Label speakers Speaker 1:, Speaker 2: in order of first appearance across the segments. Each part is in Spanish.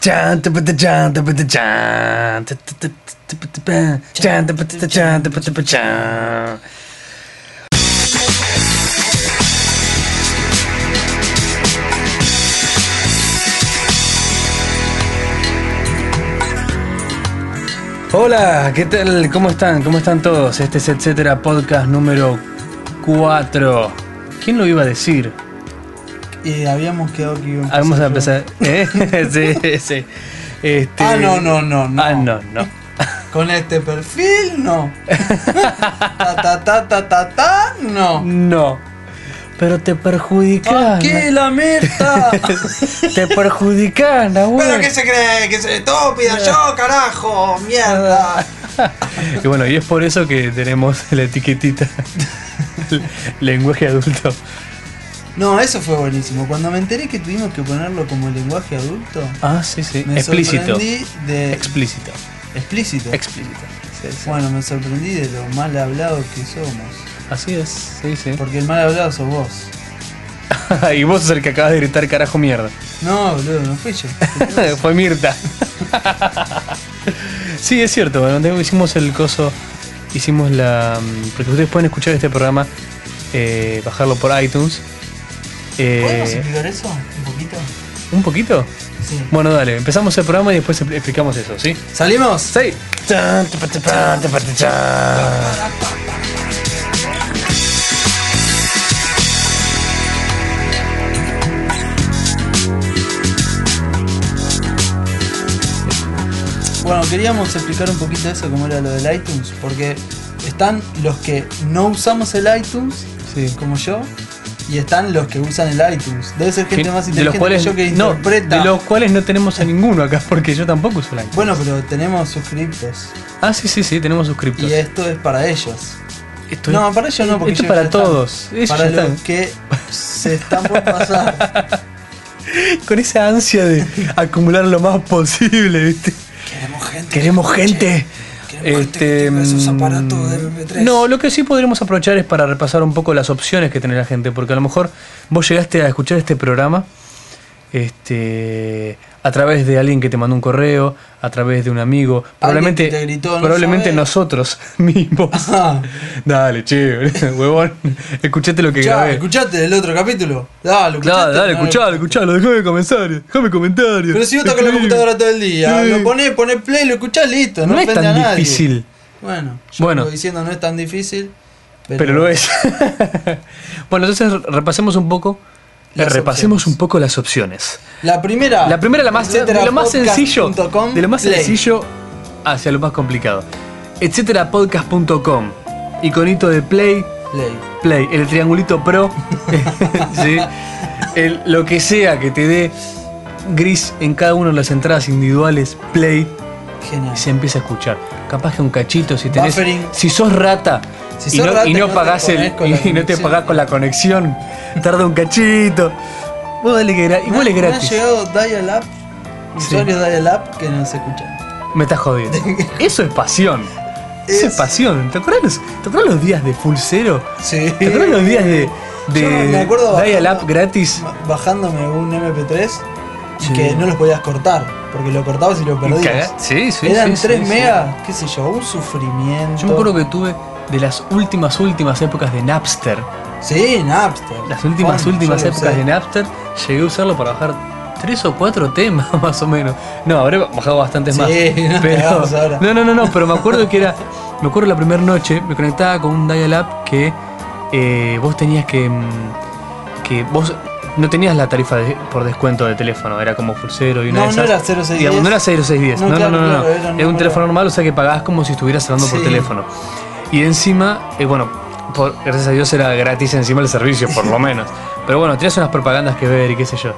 Speaker 1: Chan, tapata, chan, tapata, chan, ta, ta, ta, ta, ta, ta, pa. Chan, tapata, ta, chan, tapata, pa, chan. Hola, ¿qué tal? ¿Cómo están? ¿Cómo están todos? Este es Etcétera Podcast número 4. ¿Quién lo iba a decir?
Speaker 2: Eh, habíamos quedado que íbamos
Speaker 1: Vamos a empezar. ¿Eh? sí, sí. Este-
Speaker 2: Ah, no, no, no, no.
Speaker 1: Ah, no, no.
Speaker 2: Con este perfil, no. ta, ta, ta, ta, ta, ta, no.
Speaker 1: No. Pero te perjudicás.
Speaker 2: Ah, ¿Qué la meta?
Speaker 1: Na- Te perjudicás, Nahuel.
Speaker 2: ¿Pero qué se cree? ¿Que soy estúpida? Yo, carajo, mierda.
Speaker 1: Y bueno, y es por eso que tenemos la etiquetita. Lenguaje adulto.
Speaker 2: No, eso fue buenísimo. Cuando me enteré que tuvimos que ponerlo como lenguaje adulto,
Speaker 1: Ah, sí, sí.
Speaker 2: me
Speaker 1: Explícito.
Speaker 2: sorprendí de.
Speaker 1: Explícito.
Speaker 2: explícito.
Speaker 1: Explícito. Sí, sí.
Speaker 2: bueno, me sorprendí de lo mal hablado que somos.
Speaker 1: Así es, sí, sí.
Speaker 2: Porque el mal hablado sos vos.
Speaker 1: y vos sos el que acabas de gritar carajo mierda.
Speaker 2: No, boludo, no fui yo.
Speaker 1: Fue Mirta. sí, es cierto. Bueno, de- hicimos el coso, hicimos la. mm, Porque ustedes pueden escuchar este programa, eh, bajarlo por iTunes. Eh,
Speaker 2: ¿Podemos explicar eso un poquito?
Speaker 1: ¿Un poquito?
Speaker 2: Sí.
Speaker 1: Bueno, dale, empezamos el programa y después expl- explicamos eso, ¿sí?
Speaker 2: ¿Salimos?
Speaker 1: Sí.
Speaker 2: Bueno, queríamos explicar un poquito eso, como era lo del iTunes, porque están los que no usamos el iTunes, eh,
Speaker 1: Sí.
Speaker 2: como yo, y están los que usan el iTunes. Debe ser gente más
Speaker 1: De los
Speaker 2: inteligente
Speaker 1: cuales,
Speaker 2: que yo que
Speaker 1: no,
Speaker 2: interpreta.
Speaker 1: de los cuales no tenemos a ninguno acá porque yo tampoco uso la
Speaker 2: Bueno, pero tenemos suscriptos,
Speaker 1: Ah, sí, sí, sí, tenemos suscriptos.
Speaker 2: y esto es para ellos.
Speaker 1: Esto es-
Speaker 2: No, para ellos no, porque
Speaker 1: esto es
Speaker 2: ellos
Speaker 1: para
Speaker 2: ya
Speaker 1: todos.
Speaker 2: están.
Speaker 1: Ellos
Speaker 2: para
Speaker 1: ya
Speaker 2: los
Speaker 1: están.
Speaker 2: que se están por pasar.
Speaker 1: Con esa ansia de acumular lo más posible, ¿viste?
Speaker 2: Queremos gente.
Speaker 1: Queremos gente. Este, mm,
Speaker 2: Queremos gente que tenga esos aparatos de MP3.
Speaker 1: No, lo que sí podríamos aprovechar es para repasar un poco las opciones que tiene la gente, porque a lo mejor vos llegaste a escuchar este programa este, a través de alguien que te mandó un correo, a través de un amigo, probablemente,
Speaker 2: que te gritó, "No
Speaker 1: probablemente
Speaker 2: sabe".
Speaker 1: nosotros mismos.
Speaker 2: Ah.
Speaker 1: Dale, che, huevón, escuchate lo que
Speaker 2: Ya,
Speaker 1: grabé.
Speaker 2: escuchaste el otro capítulo. Dale, escuchaste.
Speaker 1: Dale, dale,
Speaker 2: No,
Speaker 1: escuchalo, escuchalo, déjame comentarios, déjame comentarios.
Speaker 2: Pero si vos estás con la
Speaker 1: Escribí.
Speaker 2: computadora todo el día,
Speaker 1: Sí.
Speaker 2: lo ponés, ponés play, lo escuchás, listo, no,
Speaker 1: No, es
Speaker 2: ofende a
Speaker 1: tan
Speaker 2: nadie.
Speaker 1: difícil,
Speaker 2: Bueno, yo
Speaker 1: Bueno.
Speaker 2: vengo diciendo no es tan difícil, pero,
Speaker 1: pero lo es. bueno, entonces repasemos un poco.
Speaker 2: Las
Speaker 1: repasemos
Speaker 2: opciones.
Speaker 1: un poco las opciones.
Speaker 2: La primera.
Speaker 1: La primera, la más,
Speaker 2: etcétera,
Speaker 1: de lo más
Speaker 2: podcast
Speaker 1: sencillo.
Speaker 2: punto com,
Speaker 1: De lo más
Speaker 2: play.
Speaker 1: sencillo hacia lo más complicado. Etcétera podcast.com. Iconito de play,
Speaker 2: Play.
Speaker 1: play, el triangulito pro. ¿sí? El- lo que sea que te dé gris en cada una de las entradas individuales, play,
Speaker 2: Genial.
Speaker 1: y se empieza a escuchar. Capaz que un cachito, si tenés.
Speaker 2: Buffering.
Speaker 1: Si sos rata. y,
Speaker 2: Si sos
Speaker 1: no,
Speaker 2: rata
Speaker 1: y
Speaker 2: y
Speaker 1: no
Speaker 2: no te
Speaker 1: pagás
Speaker 2: pones
Speaker 1: el,
Speaker 2: con la
Speaker 1: y no te
Speaker 2: conexión.
Speaker 1: pagás con la conexión. Tarda un cachito. Vos dale que gra- igual es
Speaker 2: Me- me
Speaker 1: gratis.
Speaker 2: han llegado dial-up, usuarios dial-up que nos escuchan.
Speaker 1: Me estás jodiendo. Eso es pasión. Eso es
Speaker 2: Es-
Speaker 1: pasión. ¿Te acuerdas los, te acordás los días de full cero?
Speaker 2: Sí.
Speaker 1: ¿Te acuerdas los días de,
Speaker 2: Yo
Speaker 1: de
Speaker 2: me acuerdo
Speaker 1: dial up
Speaker 2: bajando-
Speaker 1: gratis?
Speaker 2: ba- Bajándome un MP3 y
Speaker 1: Sí.
Speaker 2: que no los podías cortar, porque lo cortabas y lo
Speaker 1: Y
Speaker 2: perdías.
Speaker 1: cagá- Sí, sí,
Speaker 2: Eran
Speaker 1: sí,
Speaker 2: 3
Speaker 1: sí, sí.
Speaker 2: megas, qué sé yo, un sufrimiento.
Speaker 1: Yo me acuerdo que tuve de las últimas, últimas épocas de Napster.
Speaker 2: Sí, Napster.
Speaker 1: Las últimas,
Speaker 2: Fondo,
Speaker 1: últimas
Speaker 2: yo lo
Speaker 1: épocas
Speaker 2: sé.
Speaker 1: de Napster. Llegué a usarlo para bajar tres o cuatro temas, más o menos. No, habré bajado bastantes
Speaker 2: Sí,
Speaker 1: más.
Speaker 2: no
Speaker 1: pero,
Speaker 2: hagamos ahora.
Speaker 1: no, no, no, no, pero me acuerdo que era. Me acuerdo la primera noche, me conectaba con un dial-up que eh, vos tenías que. mm, que vos no tenías la tarifa de- por descuento de teléfono, era como Fulcero y una
Speaker 2: No,
Speaker 1: de
Speaker 2: no
Speaker 1: esas.
Speaker 2: era 0610.
Speaker 1: Digamos, no era 0610, no,
Speaker 2: No,
Speaker 1: no,
Speaker 2: claro,
Speaker 1: no, no,
Speaker 2: claro,
Speaker 1: no.
Speaker 2: era un
Speaker 1: Era, un
Speaker 2: número-
Speaker 1: teléfono normal, o sea que pagabas como si estuvieras hablando por
Speaker 2: Sí.
Speaker 1: teléfono. Y encima, eh, bueno, por- gracias a Dios era gratis encima el servicio, por lo menos. Pero bueno, tenías unas propagandas que ver y qué sé yo.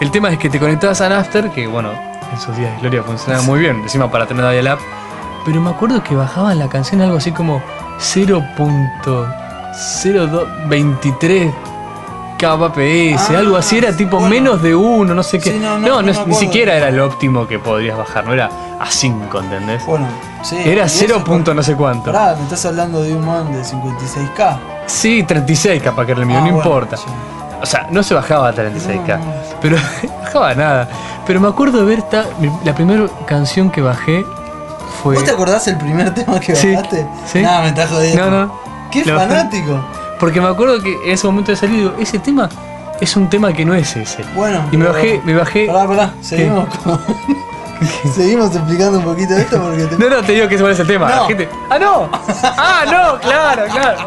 Speaker 1: El tema es que te conectabas a Napster, que bueno, en sus días de gloria funcionaba muy bien, encima para tener dial app. Pero me acuerdo que bajaban la canción algo así como 0.0223 kbps,
Speaker 2: Ah,
Speaker 1: algo así, era tipo
Speaker 2: bueno.
Speaker 1: menos de uno, no sé qué.
Speaker 2: Sí,
Speaker 1: no,
Speaker 2: no, no,
Speaker 1: no
Speaker 2: no me
Speaker 1: es- ni
Speaker 2: acuerdo.
Speaker 1: siquiera era lo óptimo que podrías bajar, no era a 5, ¿entendés?
Speaker 2: Bueno, sí.
Speaker 1: Era
Speaker 2: y
Speaker 1: 0.
Speaker 2: eso
Speaker 1: punto
Speaker 2: por-
Speaker 1: no sé cuánto.
Speaker 2: Pará, me estás hablando de un modem de 56K.
Speaker 1: Sí, 36 capaz que era el mío,
Speaker 2: Ah,
Speaker 1: no
Speaker 2: bueno,
Speaker 1: importa.
Speaker 2: sí.
Speaker 1: O sea, no se bajaba a 36K.
Speaker 2: No.
Speaker 1: Pero bajaba nada. Pero me acuerdo de ver ta- mi- la primera canción que bajé fue.
Speaker 2: ¿Vos te acordás el primer tema que
Speaker 1: Sí,
Speaker 2: bajaste?
Speaker 1: sí.
Speaker 2: Nah, me estás jodiendo.
Speaker 1: No, no.
Speaker 2: ¡Qué
Speaker 1: Lo bajé.
Speaker 2: fanático!
Speaker 1: Porque me acuerdo que en ese momento de salir digo, ese tema es un tema que no es ese.
Speaker 2: Bueno.
Speaker 1: Y me
Speaker 2: pero-
Speaker 1: bajé, me bajé.
Speaker 2: Pará, pará, seguimos con- Seguimos explicando un poquito esto porque te-
Speaker 1: No, no, te digo que ese no es el tema.
Speaker 2: No.
Speaker 1: la gente- ¡Ah, no! ¡Ah, no! Claro, claro.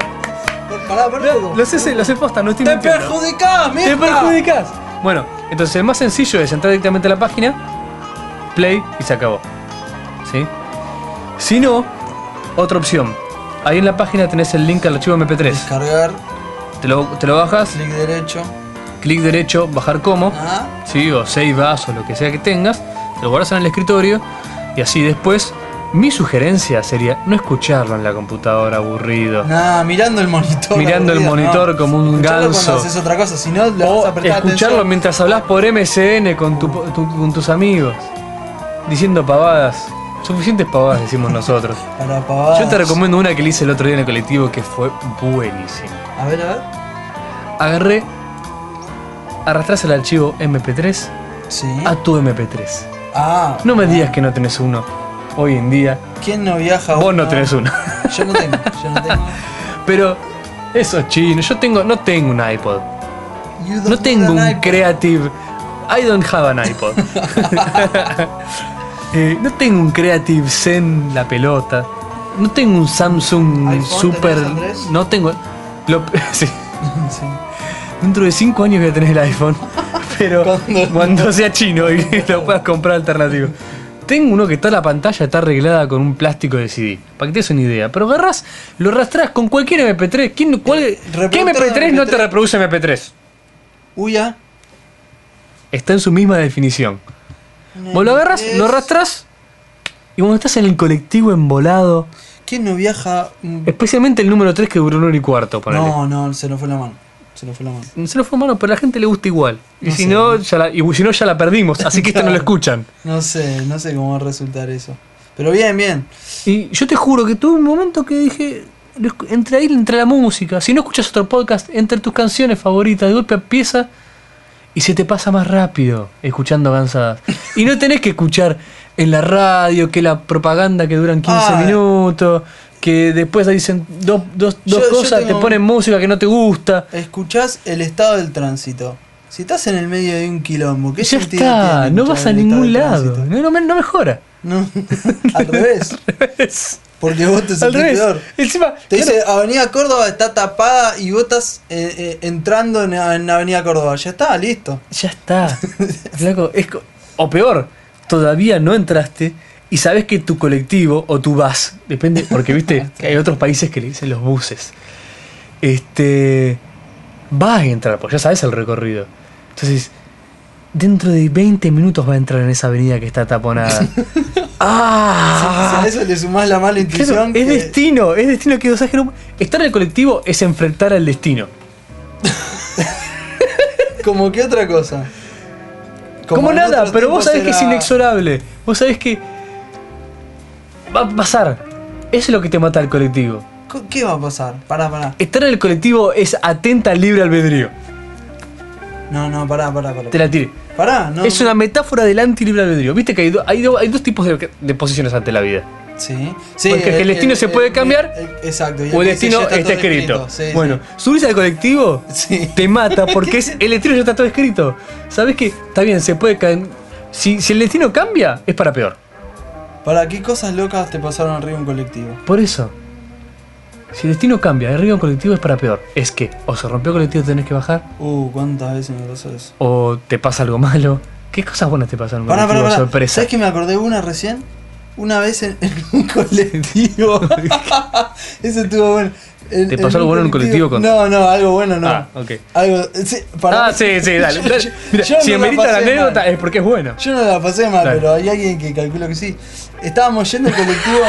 Speaker 2: Pará, pará.
Speaker 1: No, Los sé, los sé posta, no estoy
Speaker 2: ¡Te
Speaker 1: mintiendo.
Speaker 2: perjudicás, mierda!
Speaker 1: ¡Te perjudicas! Bueno, entonces el más sencillo es entrar directamente a la página, play y se acabó. ¿Sí? Si no, otra opción. Ahí en la página tenés el link al archivo MP3.
Speaker 2: Descargar,
Speaker 1: Te lo, te lo bajas,
Speaker 2: clic derecho.
Speaker 1: clic derecho, bajar como,
Speaker 2: Ah,
Speaker 1: ¿sí? o save as o lo que sea que tengas, te lo guardas en el escritorio y así después. Mi sugerencia sería no escucharlo en la computadora aburrido.
Speaker 2: nah, mirando el monitor.
Speaker 1: Mirando el
Speaker 2: aburrido,
Speaker 1: monitor
Speaker 2: no.
Speaker 1: como un
Speaker 2: Escucharlo
Speaker 1: ganso.
Speaker 2: cuando haces otra cosa, si no, le vas
Speaker 1: O
Speaker 2: a apretar
Speaker 1: escucharlo
Speaker 2: atención.
Speaker 1: mientras hablas por MSN con, tu- tu- con tus amigos, diciendo pavadas. Suficientes pavadas decimos nosotros.
Speaker 2: Para pavadas.
Speaker 1: Yo te recomiendo una que le hice el otro día en el colectivo que fue buenísima.
Speaker 2: A ver, a ver.
Speaker 1: Agarré, arrastrás el archivo MP3
Speaker 2: Sí.
Speaker 1: a tu MP3.
Speaker 2: Ah.
Speaker 1: No me digas que no tenés uno hoy en día.
Speaker 2: ¿Quién no viaja?
Speaker 1: Vos no
Speaker 2: uno?
Speaker 1: tenés uno.
Speaker 2: Yo no tengo, yo no tengo.
Speaker 1: Pero eso es chino. Yo tengo, no tengo un iPod.
Speaker 2: You don't
Speaker 1: No
Speaker 2: need
Speaker 1: tengo
Speaker 2: an
Speaker 1: un
Speaker 2: iPod.
Speaker 1: creative. I don't have an iPod. Eh, no tengo un creative Zen la pelota. No tengo un Samsung
Speaker 2: ¿iPhone
Speaker 1: super.
Speaker 2: tenés, Andrés?
Speaker 1: No tengo. lo- sí,
Speaker 2: Sí.
Speaker 1: dentro de 5 años voy a tener el iPhone. Pero
Speaker 2: Cuando-
Speaker 1: cuando sea chino y que lo puedas comprar alternativo. Tengo uno que toda la pantalla está arreglada con un plástico de CD. Para que te des una idea. Pero agarrás, lo arrastrás con cualquier MP3. ¿Quién- cuál- ¿Qué
Speaker 2: reproductor de
Speaker 1: MP3 no te
Speaker 2: MP3?
Speaker 1: reproduce MP3?
Speaker 2: Uya.
Speaker 1: está en su misma definición. Vos lo agarras, lo arrastras y cuando estás en el colectivo embolado,
Speaker 2: ¿Quién no viaja? Mm,
Speaker 1: especialmente el número 3 que duró una hora y cuarto, ponele.
Speaker 2: No, no, se nos fue la mano. Se nos fue la mano.
Speaker 1: No. Se lo fue mano, pero a la gente le gusta igual. Y
Speaker 2: No
Speaker 1: si
Speaker 2: sé.
Speaker 1: no, ya la, y si no, ya la perdimos, así que esta no la
Speaker 2: Claro.
Speaker 1: escuchan.
Speaker 2: No sé, no sé cómo va a resultar eso. Pero bien, bien.
Speaker 1: Y yo te juro que tuve un momento que dije, lo escu- entre ahí, entre la música. Si no escuchas otro podcast, entre tus canciones favoritas, de golpe empieza y se te pasa más rápido escuchando cansadas. Y no tenés que escuchar en la radio que la propaganda que duran 15
Speaker 2: Ah.
Speaker 1: minutos, que después ahí dicen dos, dos, dos
Speaker 2: Yo- yo
Speaker 1: cosas,
Speaker 2: tengo
Speaker 1: te ponen
Speaker 2: un-
Speaker 1: música que no te gusta.
Speaker 2: Escuchás el estado del tránsito. Si estás en el medio de un quilombo, ¿qué
Speaker 1: Ya
Speaker 2: sentido
Speaker 1: está,
Speaker 2: tiene
Speaker 1: no
Speaker 2: escuchar
Speaker 1: vas a
Speaker 2: el estado
Speaker 1: ningún
Speaker 2: del
Speaker 1: lado.
Speaker 2: tránsito?
Speaker 1: No, no me- no mejora.
Speaker 2: No, al revés. Porque vos te
Speaker 1: Al
Speaker 2: sentís
Speaker 1: revés.
Speaker 2: peor.
Speaker 1: Encima,
Speaker 2: Te
Speaker 1: claro,
Speaker 2: dice, Avenida Córdoba está tapada y vos estás eh, eh, entrando en, en Avenida Córdoba. Ya está, listo.
Speaker 1: Ya está. Flaco, es co- o peor, todavía no entraste y sabes que tu colectivo o tu bus, depende, porque viste que hay otros países que le dicen los buses. Este vas a entrar, porque ya sabes el recorrido. Entonces, dentro de 20 minutos va a entrar en esa avenida que está taponada.
Speaker 2: Si
Speaker 1: ah.
Speaker 2: a eso le sumás la mala
Speaker 1: Claro,
Speaker 2: intuición.
Speaker 1: es
Speaker 2: que-
Speaker 1: destino, es destino que o sea, que no- Estar en el colectivo es enfrentar al destino.
Speaker 2: Como que otra cosa.
Speaker 1: Como
Speaker 2: en
Speaker 1: nada,
Speaker 2: otros
Speaker 1: pero vos
Speaker 2: tiempos
Speaker 1: sabés que es
Speaker 2: era-
Speaker 1: inexorable. Vos sabés que va a pasar. Eso es lo que te mata al colectivo.
Speaker 2: Co- ¿Qué va a pasar? Pará, pará.
Speaker 1: Estar en el colectivo es atenta al libre albedrío.
Speaker 2: No, no, pará, pará, pará.
Speaker 1: Eh, Te la tiré.
Speaker 2: Pará, no.
Speaker 1: es una metáfora del anti-libre albedrío. Viste que hay, do- hay do- hay dos tipos de, de posiciones ante la vida.
Speaker 2: Sí. sí
Speaker 1: Porque el destino se puede cambiar,
Speaker 2: el- exacto.
Speaker 1: O el
Speaker 2: y que dice,
Speaker 1: destino
Speaker 2: "Ya
Speaker 1: está,
Speaker 2: todo
Speaker 1: escrito.
Speaker 2: Sí,
Speaker 1: bueno, subís al colectivo,
Speaker 2: Sí.
Speaker 1: te mata porque es, el destino ya está todo escrito. Sabés que está bien, se puede caer. Si, si el destino cambia, es para peor.
Speaker 2: sí. Pará, ¿qué cosas locas te pasaron arriba en un colectivo?
Speaker 1: Por eso, si el destino cambia de río en colectivo es para peor. Es que o se rompió el colectivo y tenés que bajar,
Speaker 2: Uh, ¿cuántas veces me pasó eso?
Speaker 1: o te pasa algo malo. ¿Qué cosas buenas te pasan? en un
Speaker 2: Pará, pará,
Speaker 1: colectivo?
Speaker 2: pará.
Speaker 1: Sorpresa.
Speaker 2: ¿Sabes que me acordé de una recién? Una vez en, en un colectivo. Eso estuvo bueno. En-
Speaker 1: ¿Te pasó algo bueno en un colectivo con-
Speaker 2: No, no, algo bueno no.
Speaker 1: Ah, ok.
Speaker 2: Algo. Sí, pará.
Speaker 1: Ah, sí, sí, dale.
Speaker 2: Yo- yo-
Speaker 1: Mira,
Speaker 2: yo
Speaker 1: si
Speaker 2: no la
Speaker 1: amerita la
Speaker 2: pasé mal.
Speaker 1: anécdota es porque es buena.
Speaker 2: Yo no la pasé mal,
Speaker 1: Dale.
Speaker 2: pero hay alguien que calculo que sí. Estábamos yendo en colectivo.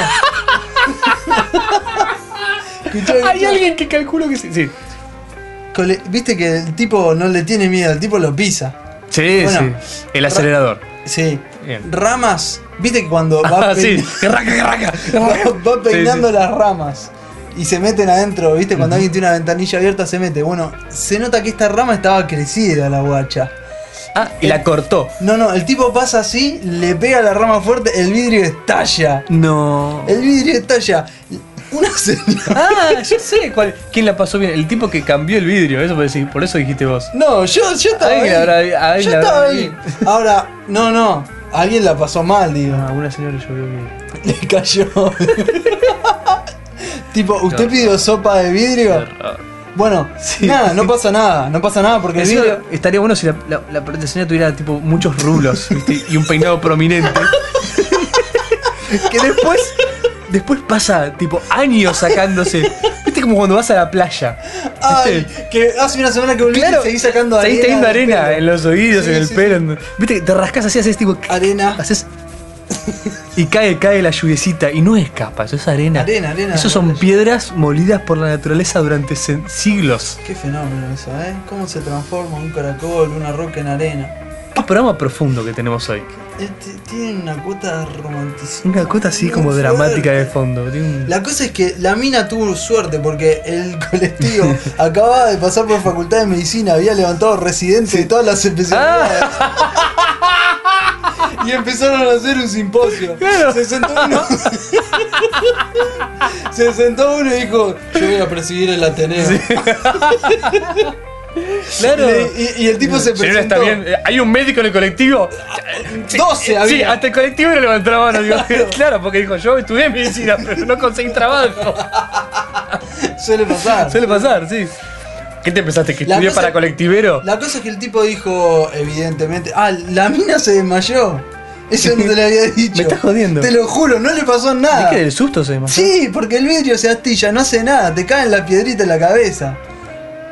Speaker 2: Escuchá,
Speaker 1: Hay
Speaker 2: escuchá.
Speaker 1: alguien que calculo que sí. Sí,
Speaker 2: Cole- Viste que el tipo no le tiene miedo, el tipo lo pisa.
Speaker 1: sí.
Speaker 2: Bueno.
Speaker 1: sí. El acelerador.
Speaker 2: Sí.
Speaker 1: Bien.
Speaker 2: Ramas. Viste que cuando va,
Speaker 1: Ah, sí.
Speaker 2: pein-
Speaker 1: Raca, raca, raca.
Speaker 2: va- va
Speaker 1: Sí,
Speaker 2: peinando
Speaker 1: sí.
Speaker 2: las ramas. y se meten adentro, ¿viste? Cuando alguien tiene una ventanilla abierta se mete. Bueno, se nota que esta rama estaba crecida la guacha.
Speaker 3: Ah, y la cortó.
Speaker 2: No, no, el tipo pasa así, le pega la rama fuerte, el vidrio estalla.
Speaker 3: No.
Speaker 2: El vidrio estalla. Una señora.
Speaker 3: Ah, ya sé cuál. ¿Quién la pasó bien? El tipo que cambió el vidrio, eso por, decir, por eso dijiste vos.
Speaker 2: No, yo, yo estaba
Speaker 3: Alguien
Speaker 2: ahí.
Speaker 3: la habrá- alguien la habrá
Speaker 2: yo estaba ahí. Ahora, no, no. Alguien la pasó mal, digo.
Speaker 1: Ah, una señora yo creo que.
Speaker 2: Le cayó. tipo, ¿usted pidió sopa de vidrio? Bueno, nada, no pasa nada. No pasa nada porque el
Speaker 1: Encima,
Speaker 2: vidrio.
Speaker 1: estaría bueno si la, la, la la señora tuviera tipo muchos rulos ¿viste? y un peinado prominente. que después después pasa tipo años sacándose. Viste como cuando vas a la playa.
Speaker 2: Ay, que hace una semana que volviste y seguís sacando arena.
Speaker 1: Seguís teniendo
Speaker 2: del
Speaker 1: arena
Speaker 2: pelo.
Speaker 1: en los oídos,
Speaker 2: Sí,
Speaker 1: en el
Speaker 2: sí,
Speaker 1: pelo. en- Viste que te rascas así, haces tipo.
Speaker 2: Arena.
Speaker 1: Haces. Y cae, cae la lluviecita. Y no escapa, eso es arena.
Speaker 2: Arena, arena.
Speaker 1: Eso son piedras molidas por la naturaleza durante sen- siglos.
Speaker 2: Qué fenómeno eso, ¿eh? Cómo se transforma un caracol, una roca en arena.
Speaker 1: Qué programa profundo que tenemos hoy.
Speaker 2: Este, tiene una cuota romanticismo.
Speaker 1: Una cosa así
Speaker 2: muy
Speaker 1: como
Speaker 2: fuerte.
Speaker 1: dramática de fondo. tiene un-
Speaker 2: La cosa es que la mina tuvo suerte porque el colectivo acababa de pasar por facultad de medicina, había levantado residentes de todas las especialidades. Y empezaron a hacer un simposio.
Speaker 1: Ah. Claro.
Speaker 2: Se sentó uno. Se sentó uno y dijo, yo voy a presidir el Ateneo.
Speaker 1: Claro.
Speaker 2: Le- y, y el tipo se
Speaker 1: Señora,
Speaker 2: presentó.
Speaker 1: está bien. Eh, ¿Hay un médico en el colectivo?
Speaker 2: 12 había.
Speaker 1: Sí, hasta el colectivo le levantó la mano. digo, claro, porque dijo, yo estudié medicina, pero no conseguí trabajo.
Speaker 2: Suele pasar.
Speaker 1: Suele pasar, sí. ¿Qué te pensaste? ¿Que
Speaker 2: La
Speaker 1: estudió
Speaker 2: cosa-
Speaker 1: para colectivero?
Speaker 2: La cosa es que el tipo dijo, evidentemente. Ah, la mina se desmayó. Eso no te lo había dicho.
Speaker 1: Me estás jodiendo.
Speaker 2: Te lo juro, no le pasó nada.
Speaker 1: ¿Es que del susto se demasiado?
Speaker 2: Sí, porque el vidrio se astilla, no hace nada, te caen la piedrita en la cabeza.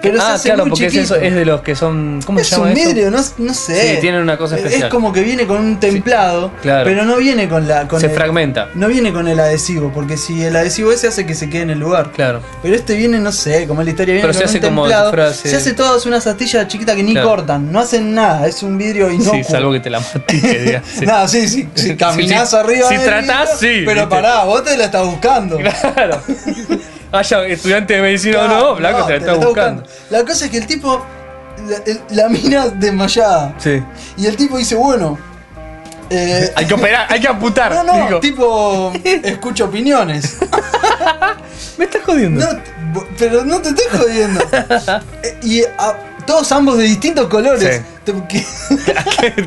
Speaker 2: Pero se
Speaker 1: ah,
Speaker 2: hace
Speaker 1: claro,
Speaker 2: muy
Speaker 1: porque es,
Speaker 2: chiquito.
Speaker 1: eso, es de los que son. ¿Cómo
Speaker 2: Es
Speaker 1: se llama
Speaker 2: un
Speaker 1: eso?
Speaker 2: vidrio, no, no sé.
Speaker 1: Sí, tienen una cosa
Speaker 2: Es-
Speaker 1: especial.
Speaker 2: Es como que viene con un templado,
Speaker 1: claro.
Speaker 2: pero no viene con la con
Speaker 1: Se
Speaker 2: el-
Speaker 1: fragmenta.
Speaker 2: no viene con el adhesivo, porque si el adhesivo ese hace que se quede en el lugar.
Speaker 1: Claro.
Speaker 2: Pero este viene, no sé, como la historia viene
Speaker 1: Pero
Speaker 2: con
Speaker 1: se hace
Speaker 2: un
Speaker 1: como si
Speaker 2: templado.
Speaker 1: fuera ese-
Speaker 2: Se hace todas unas astillas chiquitas que ni
Speaker 1: Claro.
Speaker 2: cortan, no hacen nada, es un vidrio inocuo.
Speaker 1: Sí, salvo que te la mastiques, digamos. sí.
Speaker 2: Nada, sí, sí. Si caminás
Speaker 1: Sí, sí.
Speaker 2: arriba.
Speaker 1: Si
Speaker 2: del
Speaker 1: tratás,
Speaker 2: vidrio,
Speaker 1: sí,
Speaker 2: Pero
Speaker 1: viste.
Speaker 2: pará, vos te la estás buscando.
Speaker 1: Claro. Haya estudiante de medicina o
Speaker 2: Claro,
Speaker 1: no, Blanco te la está
Speaker 2: lo
Speaker 1: buscando.
Speaker 2: La cosa es que el tipo. La, el- la mina desmayada.
Speaker 1: Sí.
Speaker 2: Y el tipo dice, bueno. eh,
Speaker 1: Hay que operar, hay que amputar.
Speaker 2: no, no,
Speaker 1: digo.
Speaker 2: tipo. Escucho opiniones.
Speaker 1: Me estás jodiendo.
Speaker 2: No, bo- pero no te estoy jodiendo. Eh, y a- todos ambos de distintos colores.
Speaker 1: Sí.
Speaker 2: Te- que-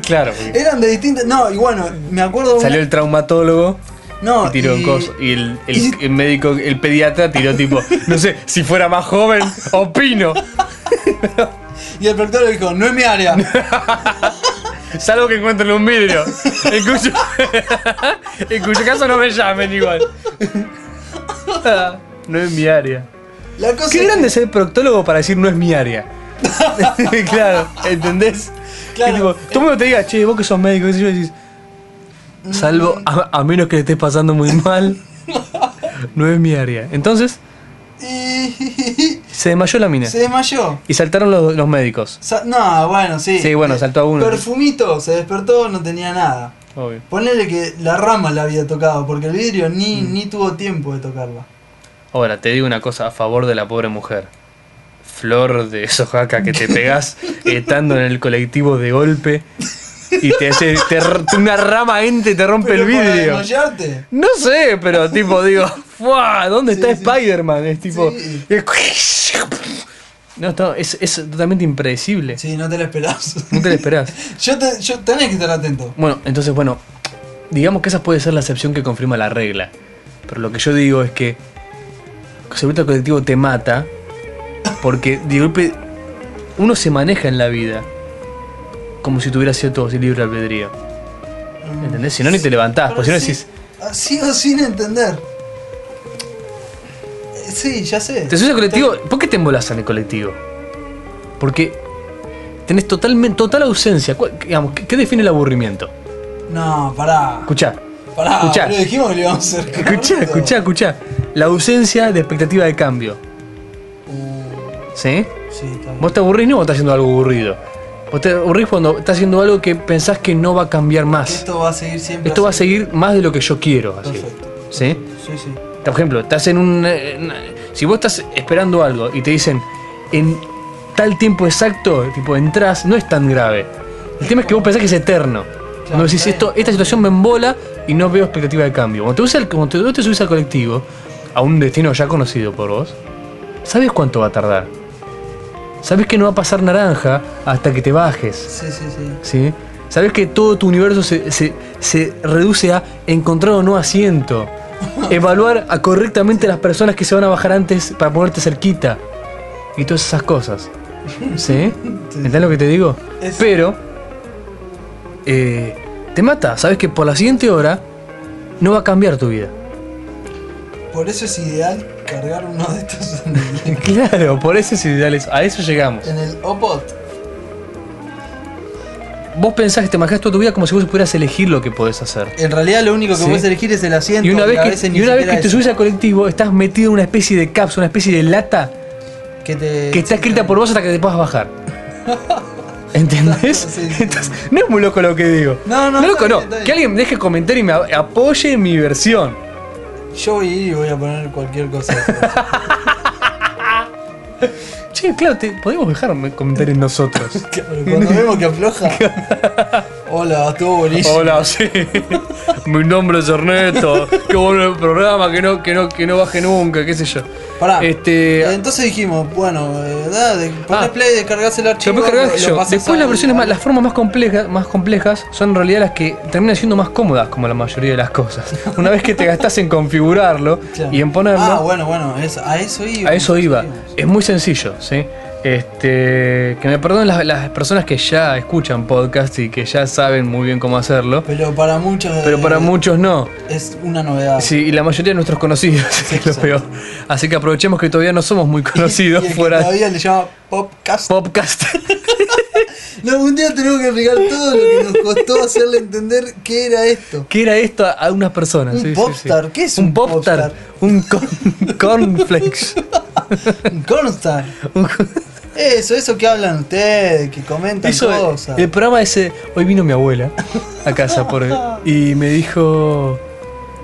Speaker 1: claro. porque
Speaker 2: eran de distintas. No, y bueno, me acuerdo. una-
Speaker 1: Salió el traumatólogo.
Speaker 2: no,
Speaker 1: Y tiró
Speaker 2: Ah, y-
Speaker 1: un coso. Y el, el-
Speaker 2: y-
Speaker 1: el médico, el pediatra tiró tipo, no sé, si fuera más joven, opino.
Speaker 2: Y el proctólogo dijo, no es mi área.
Speaker 1: Salvo que encuentren un vidrio. En cuyo, en cuyo caso no me llamen igual. Ah, no es mi área.
Speaker 2: La cosa
Speaker 1: Qué
Speaker 2: es
Speaker 1: grande es el proctólogo para decir no es mi área. claro, ¿entendés?
Speaker 2: Claro.
Speaker 1: Que tipo, todo el mundo te diga, che, vos que sos médico, qué sé yo, y decís,
Speaker 2: Mm.
Speaker 1: salvo, a, a menos que le estés pasando muy mal, no es mi área. Entonces,
Speaker 2: que- y-
Speaker 1: se desmayó la mina.
Speaker 2: se desmayó.
Speaker 1: Y saltaron los, los médicos.
Speaker 2: Sa- no, bueno, sí. Eh,
Speaker 1: Sí, bueno, saltó a uno.
Speaker 2: Perfumito, se despertó, no tenía nada.
Speaker 1: Obvio.
Speaker 2: Ponele que la rama la había tocado, porque el vidrio ni,
Speaker 1: Mm.
Speaker 2: ni tuvo tiempo de tocarla.
Speaker 1: Ahora, te digo una cosa a favor de la pobre mujer. Flor de sojaca que te pegás estando en el colectivo de golpe y te, hace- te r- una rama ente y te rompe el
Speaker 2: para
Speaker 1: vidrio.
Speaker 2: desmayarte,
Speaker 1: No sé, pero tipo, digo, ¡fua! ¿Dónde está
Speaker 2: Sí, sí.
Speaker 1: Spider-Man? Es tipo.
Speaker 2: Sí.
Speaker 1: es- No, está- es, es totalmente impredecible.
Speaker 2: Sí, no te la esperás.
Speaker 1: No te lo esperás.
Speaker 2: yo, te, yo tenés que estar atento.
Speaker 1: Bueno, entonces, bueno, digamos que esa puede ser la excepción que confirma la regla. Pero lo que yo digo es que segurito colectivo te mata porque de golpe uno se maneja en la vida como si tuviera cierto libre albedrío. ¿Entendés? Si no, ni te levantás, pues si no
Speaker 2: Mm. Pero ah,
Speaker 1: decís.
Speaker 2: sí- Sigo sin entender. Eh, Sí, ya sé.
Speaker 1: Te subís al colectivo. ¿Por qué te embolás en el colectivo? Porque tenés totalmente, total ausencia. ¿Cuál- digamos, ¿qué, qué define el aburrimiento?
Speaker 2: No, pará.
Speaker 1: Escuchá.
Speaker 2: Pará,
Speaker 1: escuchá.
Speaker 2: boludo, dijimos que le íbamos a hacer.
Speaker 1: Escuchá,
Speaker 2: corto.
Speaker 1: escuchá, escuchá. La ausencia de expectativa de cambio.
Speaker 2: Uh,
Speaker 1: ¿Sí?
Speaker 2: sí, está bien.
Speaker 1: Vos te aburrís no vos estás haciendo algo aburrido. Vos te aburrís cuando estás haciendo algo que pensás que no va a cambiar más.
Speaker 2: Esto va a seguir siempre.
Speaker 1: Esto va a
Speaker 2: así.
Speaker 1: seguir más de lo que yo quiero. Así.
Speaker 2: Perfecto.
Speaker 1: ¿Sí?
Speaker 2: Sí, sí.
Speaker 1: Por ejemplo, estás en un. eh, en- si vos estás esperando algo y te dicen en tal tiempo exacto, tipo entras, no es tan grave. El tema es que vos pensás que es eterno. Cuando decís, esto, esta situación me embola y no veo expectativa de cambio. Cuando te, subís al- cuando te- vos te subís al colectivo, a un destino ya conocido por vos, ¿sabes cuánto va a tardar? Sabes que no va a pasar naranja hasta que te bajes.
Speaker 2: Sí, sí, sí.
Speaker 1: ¿sí? Sabes que todo tu universo se, se- se reduce a encontrar o no asiento, evaluar a correctamente las personas que se van a bajar antes para ponerte cerquita y todas esas cosas. ¿Sí? ¿Entendés lo que te digo?
Speaker 2: Es-
Speaker 1: Pero eh, te mata, sabes que por la siguiente hora no va a cambiar tu vida.
Speaker 2: Por eso es ideal cargar uno de estos en el,
Speaker 1: Claro, por eso es ideales, a eso llegamos.
Speaker 2: en el Opot.
Speaker 1: Vos pensás que te manejás toda tu vida como si vos pudieras elegir lo que podés hacer.
Speaker 2: En realidad lo único que
Speaker 1: Sí.
Speaker 2: puedes elegir es el asiento.
Speaker 1: Y una vez
Speaker 2: a
Speaker 1: que,
Speaker 2: veces ni
Speaker 1: y una vez
Speaker 2: siquiera
Speaker 1: que te
Speaker 2: eso.
Speaker 1: subís al colectivo, estás metido en una especie de cápsula, una especie de lata
Speaker 2: que, te-
Speaker 1: que está escrita por vos hasta que te puedas bajar. ¿Entendés?
Speaker 2: Sí, sí, sí.
Speaker 1: Entonces, no es muy loco lo que digo.
Speaker 2: No, no,
Speaker 1: No,
Speaker 2: está
Speaker 1: loco,
Speaker 2: bien,
Speaker 1: no.
Speaker 2: está bien.
Speaker 1: Que alguien me deje comentar y me a- apoye mi versión.
Speaker 2: Yo voy a ir y voy a poner cualquier cosa.
Speaker 1: Che, claro, te, podemos dejar me- comentarios nosotros.
Speaker 2: Pero cuando vemos que afloja. Hola, estuvo buenísimo.
Speaker 1: Hola, sí. mi nombre es Ernesto. Qué bueno el programa, que no, que no, que no baje nunca, qué sé yo.
Speaker 2: Pará.
Speaker 1: Este,
Speaker 2: Eh, Entonces dijimos, bueno, eh, da, de-
Speaker 1: Ah.
Speaker 2: ponés play, descargás el
Speaker 1: Te
Speaker 2: archivo.
Speaker 1: lo puedes cargar
Speaker 2: lo-
Speaker 1: que
Speaker 2: lo
Speaker 1: yo.
Speaker 2: pasás
Speaker 1: Después las
Speaker 2: al-
Speaker 1: versiones más,
Speaker 2: al-
Speaker 1: las formas más complejas, más complejas son en realidad las que terminan siendo más cómodas, como la mayoría de las cosas. Una vez que te gastás en configurarlo
Speaker 2: Claro.
Speaker 1: y en ponerlo,
Speaker 2: Ah, bueno, bueno, es- a eso iba.
Speaker 1: a eso iba. Es muy sencillo, ¿sí? Este, que me perdonen las, las personas que ya escuchan podcast y que ya saben muy bien cómo hacerlo,
Speaker 2: Pero para muchos.
Speaker 1: pero para
Speaker 2: eh,
Speaker 1: muchos no.
Speaker 2: Es una novedad.
Speaker 1: Sí, y la mayoría de nuestros conocidos, que es lo
Speaker 2: exacto.
Speaker 1: peor. Así que aprovechemos que todavía no somos muy conocidos
Speaker 2: Y el que
Speaker 1: fuera de
Speaker 2: Todavía le llama podcast.
Speaker 1: podcast.
Speaker 2: No, un día tenemos que explicar todo lo que nos costó hacerle entender qué era esto.
Speaker 1: ¿Qué era esto a- a unas personas?
Speaker 2: Un
Speaker 1: sí, sí, sí.
Speaker 2: popstar, ¿qué es un
Speaker 1: un popstar?
Speaker 2: popstar?
Speaker 1: Un con- cornflakes.
Speaker 2: Consta. Eso, eso que hablan ustedes, que comentan
Speaker 1: Eso, eh,
Speaker 2: cosas.
Speaker 1: el programa ese. Hoy vino mi abuela a casa por, y me dijo.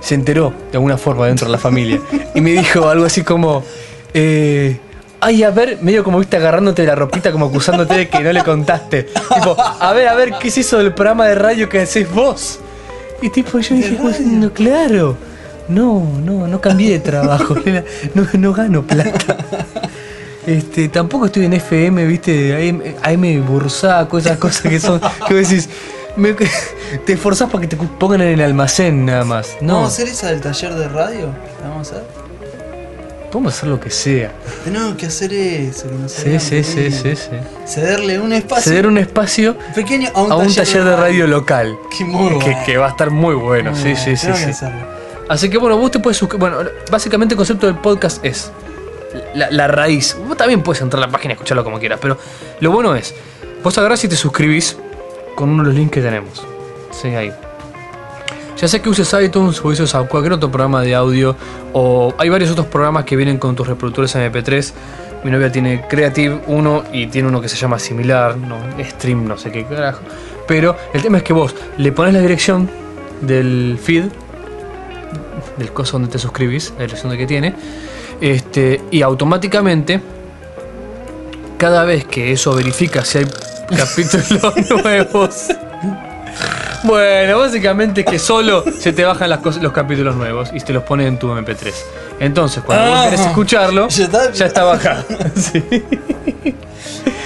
Speaker 1: Se enteró de alguna forma dentro de la familia. Y me dijo algo así como. eh, Ay, a ver, medio como viste agarrándote de la ropita, como acusándote de que no le contaste. Tipo, a ver, a ver, ¿qué es eso del programa de radio que haces vos? Y tipo, yo dije, pues, no, claro. No, no, no cambié de trabajo. nena, No, no gano plata. Este, tampoco estoy en FM, viste, AM, AM bursaco, esas cosas que son. que vos decís, me- te esforzás para que te pongan en el almacén nada más. No,
Speaker 2: ¿Vamos a hacer esa del taller de radio? ¿La vamos a hacer?
Speaker 1: podemos hacer lo que sea.
Speaker 2: Tenemos que hacer eso. Que nos
Speaker 1: Sí,
Speaker 2: salgan
Speaker 1: sí, sí,
Speaker 2: bien.
Speaker 1: sí, sí.
Speaker 2: Cederle un espacio
Speaker 1: Ceder un espacio
Speaker 2: pequeño a un,
Speaker 1: a un taller de radio local.
Speaker 2: Que muy
Speaker 1: Que,
Speaker 2: bueno.
Speaker 1: que va a estar muy bueno, sí, sí, sí.
Speaker 2: Tenemos que
Speaker 1: sí.
Speaker 2: hacerlo.
Speaker 1: Así que bueno, vos te puedes suscribir. Bueno, básicamente el concepto del podcast es la, la raíz. Vos también puedes entrar a la página y escucharlo como quieras, pero lo bueno es, vos agarrás y te suscribís con uno de los links que tenemos. Sí, ahí. Ya sea que uses iTunes o uses a cualquier otro programa de audio, o hay varios otros programas que vienen con tus reproductores MP3. Mi novia tiene Creative 1 y tiene uno que se llama similar, no, Stream, no sé qué carajo. Pero el tema es que vos le pones la dirección del feed, del coso donde te suscribís, la dirección de que tiene, este, y automáticamente, cada vez que eso verifica si hay capítulos nuevos. Bueno, básicamente es que solo se te bajan las cosas- los capítulos nuevos y te los pone en tu MP3. Entonces, cuando vos
Speaker 2: Ah,
Speaker 1: querés escucharlo,
Speaker 2: ya está.
Speaker 1: ya está bajado. Sí.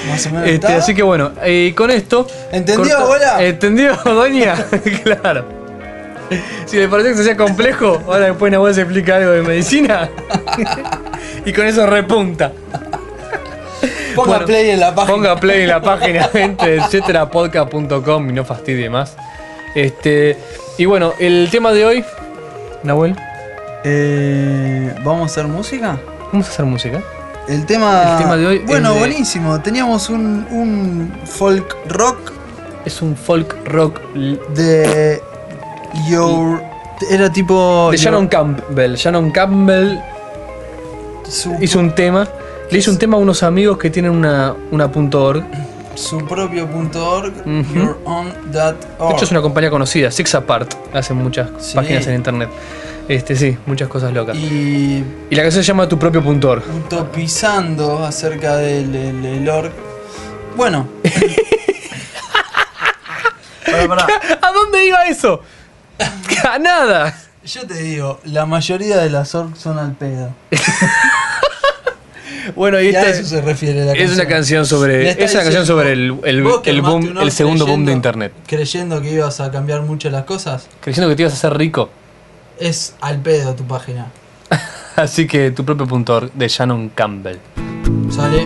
Speaker 2: Más o menos.
Speaker 1: Este,
Speaker 2: está.
Speaker 1: así que bueno, y con esto.
Speaker 2: ¿Entendió, abuela?
Speaker 1: ¿Entendió, doña? claro. Si le pareció que se hacía complejo, ahora después Nahuel se explica algo de medicina. y con eso repunta.
Speaker 2: Ponga
Speaker 1: bueno,
Speaker 2: play en la página.
Speaker 1: Ponga play en la página, gente, etcéterapodcast.com y no fastidie más. Este, y bueno, el tema de hoy, Nahuel,
Speaker 2: Eh, ¿Vamos a hacer música?
Speaker 1: vamos a hacer música.
Speaker 2: El tema,
Speaker 1: El tema de hoy es
Speaker 2: Bueno,
Speaker 1: de-
Speaker 2: buenísimo. Teníamos un, un folk rock
Speaker 1: Es un folk rock l-
Speaker 2: de Your. Era tipo.
Speaker 1: de
Speaker 2: Your-
Speaker 1: Shannon Campbell. Shannon Campbell
Speaker 2: su-
Speaker 1: hizo un tema. Le hizo un tema a unos amigos que tienen una, una punto .org
Speaker 2: su propio punto org,
Speaker 1: Ujú.
Speaker 2: yourown.org.
Speaker 1: De hecho, es una compañía conocida, Six Apart. Hacen muchas
Speaker 2: Oh. Sí.
Speaker 1: páginas en internet. Este, sí, muchas cosas locas. Y,
Speaker 2: Y
Speaker 1: la canción se llama Tu propio puntor.
Speaker 2: utopizando acerca del, del- del org. Bueno. Pará, pará.
Speaker 1: ¿A dónde iba eso? ¡A nada!
Speaker 2: Yo te digo, la mayoría de las orgs son al pedo.
Speaker 1: Bueno, y
Speaker 2: Y a
Speaker 1: esta
Speaker 2: eso
Speaker 1: es,
Speaker 2: se refiere la
Speaker 1: es una canción
Speaker 2: Le
Speaker 1: sobre.
Speaker 2: está
Speaker 1: Es una canción
Speaker 2: diciendo,
Speaker 1: sobre el, el-
Speaker 2: vos que
Speaker 1: el
Speaker 2: armaste
Speaker 1: boom,
Speaker 2: un org
Speaker 1: el segundo boom de
Speaker 2: creyendo-
Speaker 1: internet.
Speaker 2: Creyendo que ibas a cambiar mucho las cosas,
Speaker 1: Creyendo que te ibas a hacer rico.
Speaker 2: es al pedo tu página.
Speaker 1: Así que tu propio puntor de Shannon Campbell.
Speaker 2: Sale.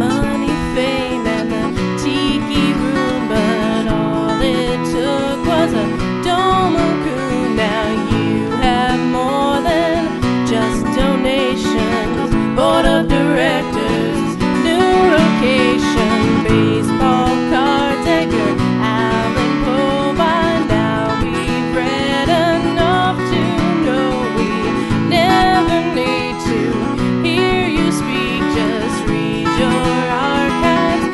Speaker 4: Money, fame, and the tiki room, but all it took was a domo crew. Now you have more than just donations. Board of directors, new location, baseball card taker, Alan Hobart. Now we've read enough to know we never need to hear you speak. Just read your archives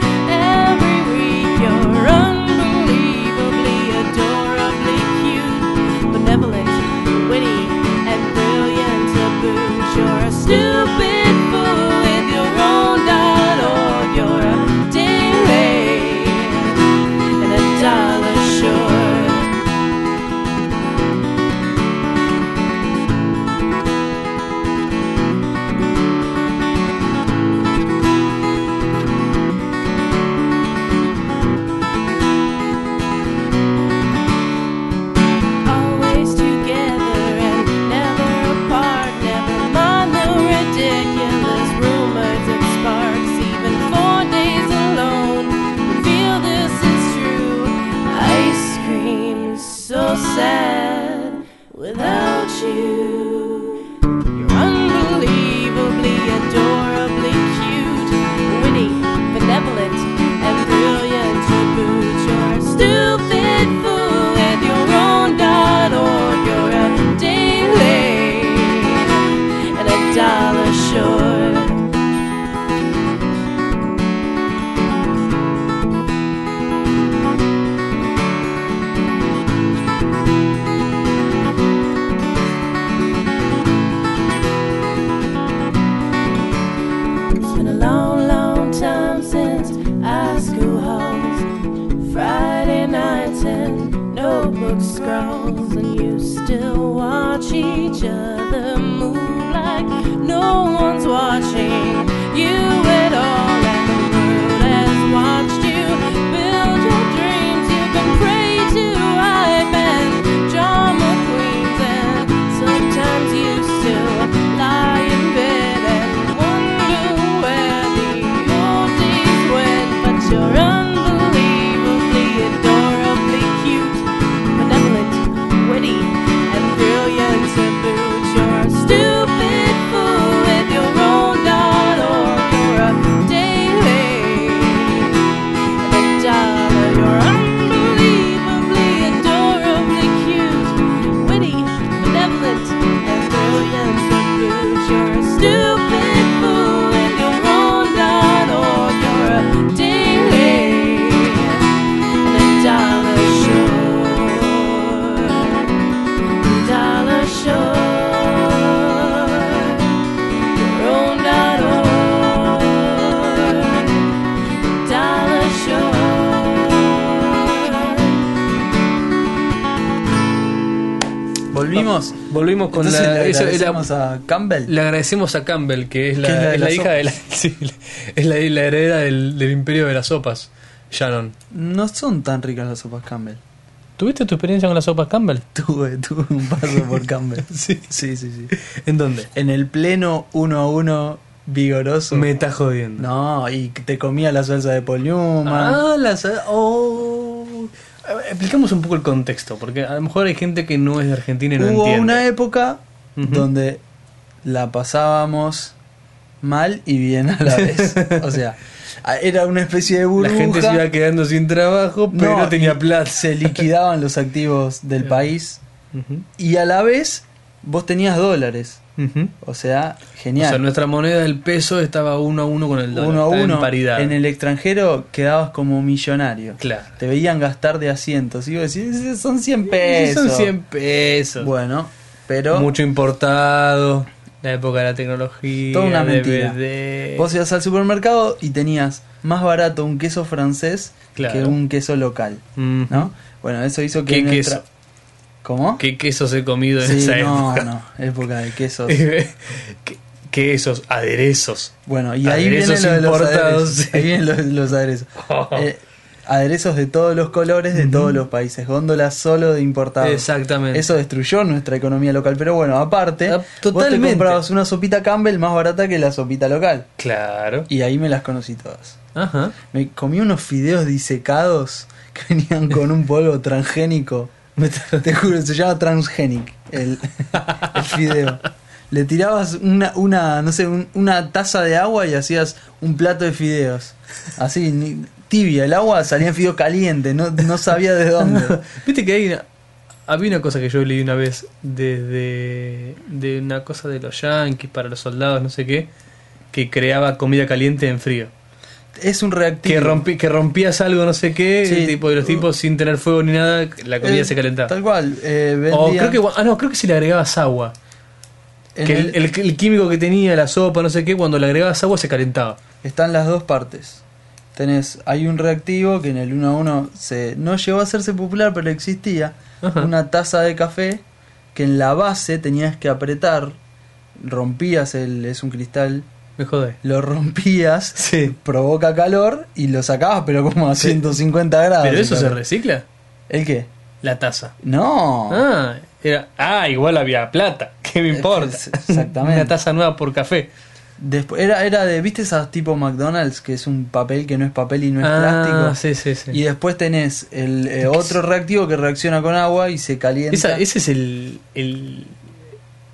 Speaker 4: every week. You're unbelievably, adorably cute, benevolent, witty, and brilliant to boot. You're a stupid fool with your own dot or you're a dingray and a dollar short. always together and never apart. Never mind the ridiculous rumors and sparks. Even four days alone reveal this is true. Ice cream so sad without you. You're unbelievably, adorably cute, witty, benevolent, and brilliant to boot. You're a stupid fool with your own dot org. You're a day late and a dollar short. It's been a long, long time since high school halls, Friday nights and notebook scrawls, and you still watch each other move like no one's watching you at all, and the world has watched you build your dreams. You've been prey to hype and drama queens, and sometimes you still lie in bed and wonder where the old days went. But you're unbelievably, adorably cute, benevolent, witty, and brilliant to boot. You're a stupid fool with your own dot or you're a daily and a dollar. You're unbelievably, adorably cute, witty, benevolent, and brilliant. to boot. You're a stupid fool with your own dot or you're a daily and a dollar short. Dollar short. Your own dot org. Dollar Shore.
Speaker 2: Volvimos.
Speaker 1: Volvimos con
Speaker 2: Entonces
Speaker 1: la.
Speaker 2: le
Speaker 1: esa- era-
Speaker 2: agradecemos a Campbell.
Speaker 1: Le agradecemos a Campbell, que es la,
Speaker 2: Que es la de
Speaker 1: es la
Speaker 2: las
Speaker 1: hija de la, sí, es la, la heredera del, del imperio de las sopas, Shannon.
Speaker 2: No son tan ricas las sopas Campbell.
Speaker 1: ¿Tuviste tu experiencia con las sopas Campbell?
Speaker 2: Tuve, tuve un paso por Campbell.
Speaker 1: Sí.
Speaker 2: sí, sí, sí.
Speaker 1: ¿En dónde?
Speaker 2: En el pleno uno a uno vigoroso.
Speaker 1: Me está jodiendo.
Speaker 2: No, y te comía la salsa de Paul Newman.
Speaker 1: Ah, las. Oh. A ver, Explicamos un poco el contexto, porque a lo mejor hay gente que no es de Argentina y no
Speaker 2: Hubo
Speaker 1: entiende.
Speaker 2: una época
Speaker 1: Ujú.
Speaker 2: donde la pasábamos mal y bien a la vez. O sea, ah, era una especie de
Speaker 1: La
Speaker 2: burbuja.
Speaker 1: gente se iba quedando sin trabajo, pero
Speaker 2: No,
Speaker 1: tenía
Speaker 2: y
Speaker 1: plata.
Speaker 2: Se liquidaban los activos del país
Speaker 1: Ujú,
Speaker 2: y a la vez vos tenías dólares.
Speaker 1: ujú.
Speaker 2: O sea,
Speaker 1: O sea,
Speaker 2: genial.
Speaker 1: nuestra moneda, el peso, estaba uno a uno con el dólar.
Speaker 2: uno a
Speaker 1: estaba en
Speaker 2: uno.
Speaker 1: paridad.
Speaker 2: En el extranjero quedabas como millonario.
Speaker 1: Claro.
Speaker 2: Te veían gastar de asientos. Y vos decís, son 100
Speaker 1: Sí,
Speaker 2: pesos.
Speaker 1: Son 100 pesos.
Speaker 2: Bueno, pero
Speaker 1: Mucho importado. La época de la tecnología.
Speaker 2: Toda una mentira.
Speaker 1: DVD.
Speaker 2: vos ibas al supermercado y tenías más barato un queso francés
Speaker 1: Claro.
Speaker 2: que un queso local.
Speaker 1: Ujú.
Speaker 2: ¿No? Bueno, eso hizo que.
Speaker 1: Mm. ¿Qué
Speaker 2: nuestra-
Speaker 1: queso?
Speaker 2: ¿Cómo?
Speaker 1: ¿Qué quesos he comido en
Speaker 2: Sí,
Speaker 1: esa
Speaker 2: no,
Speaker 1: época?
Speaker 2: no, época de quesos.
Speaker 1: ¿Qué- Quesos, aderezos.
Speaker 2: Bueno, y ahí
Speaker 1: Aderezos
Speaker 2: vienen lo de los
Speaker 1: importados,
Speaker 2: aderezos.
Speaker 1: sí. Oh.
Speaker 2: Ahí vienen los, los aderezos. Eh, aderezos de todos los colores, de todos los países. Góndolas solo de importados.
Speaker 1: Exactamente.
Speaker 2: Eso destruyó nuestra economía local. Pero bueno, aparte,
Speaker 1: Ah,
Speaker 2: vos
Speaker 1: totalmente.
Speaker 2: te comprabas una sopita Campbell más barata que la sopita local.
Speaker 1: Claro.
Speaker 2: Y ahí me las conocí todas.
Speaker 1: Ajá.
Speaker 2: Me comí unos fideos disecados que venían con un polvo transgénico. Te juro, se llama transgenic el, el fideo. Le tirabas una, una no sé, un- una taza de agua y hacías un plato de fideos. Así, ni- tibia. El agua salía en fideo caliente, no, no sabía de dónde.
Speaker 1: Viste que hay una- había una cosa que yo leí una vez desde de una cosa de los yanquis para los soldados, no sé qué, que creaba comida caliente en frío.
Speaker 2: Es un reactivo.
Speaker 1: Que, rompi- que rompías algo, no sé qué,
Speaker 2: Sí.
Speaker 1: tipo, y los tipos sin tener fuego ni nada, la comida
Speaker 2: Eh,
Speaker 1: se calentaba.
Speaker 2: Tal cual. eh,
Speaker 1: O
Speaker 2: vendía
Speaker 1: creo que, ah, no, creo que si le agregabas agua.
Speaker 2: en
Speaker 1: que
Speaker 2: el-
Speaker 1: el, el- el químico que tenía, la sopa, no sé qué, cuando le agregabas agua se calentaba.
Speaker 2: están las dos partes. Tenés, hay un reactivo que en el 1 a 1 se, no llegó a hacerse popular, pero existía.
Speaker 1: Ajá.
Speaker 2: Una taza de café que en la base tenías que apretar, rompías el, es un cristal,
Speaker 1: Me jodé.
Speaker 2: lo rompías,
Speaker 1: Sí.
Speaker 2: provoca calor y lo sacabas, pero como a
Speaker 1: Sí.
Speaker 2: 150 grados.
Speaker 1: Pero
Speaker 2: el
Speaker 1: eso se
Speaker 2: calor.
Speaker 1: recicla,
Speaker 2: ¿El qué?
Speaker 1: la taza.
Speaker 2: No.
Speaker 1: Ah, era, ah, igual había plata, ¿qué me importa?
Speaker 2: Es- exactamente.
Speaker 1: Una taza nueva por café.
Speaker 2: Después, era, era de, ¿viste esas tipo McDonald's que es un papel que no es papel y no es
Speaker 1: ah,
Speaker 2: plástico?
Speaker 1: sí, sí, sí.
Speaker 2: Y después tenés el eh, otro reactivo que reacciona con agua y se calienta.
Speaker 1: Esa- ese es el, el,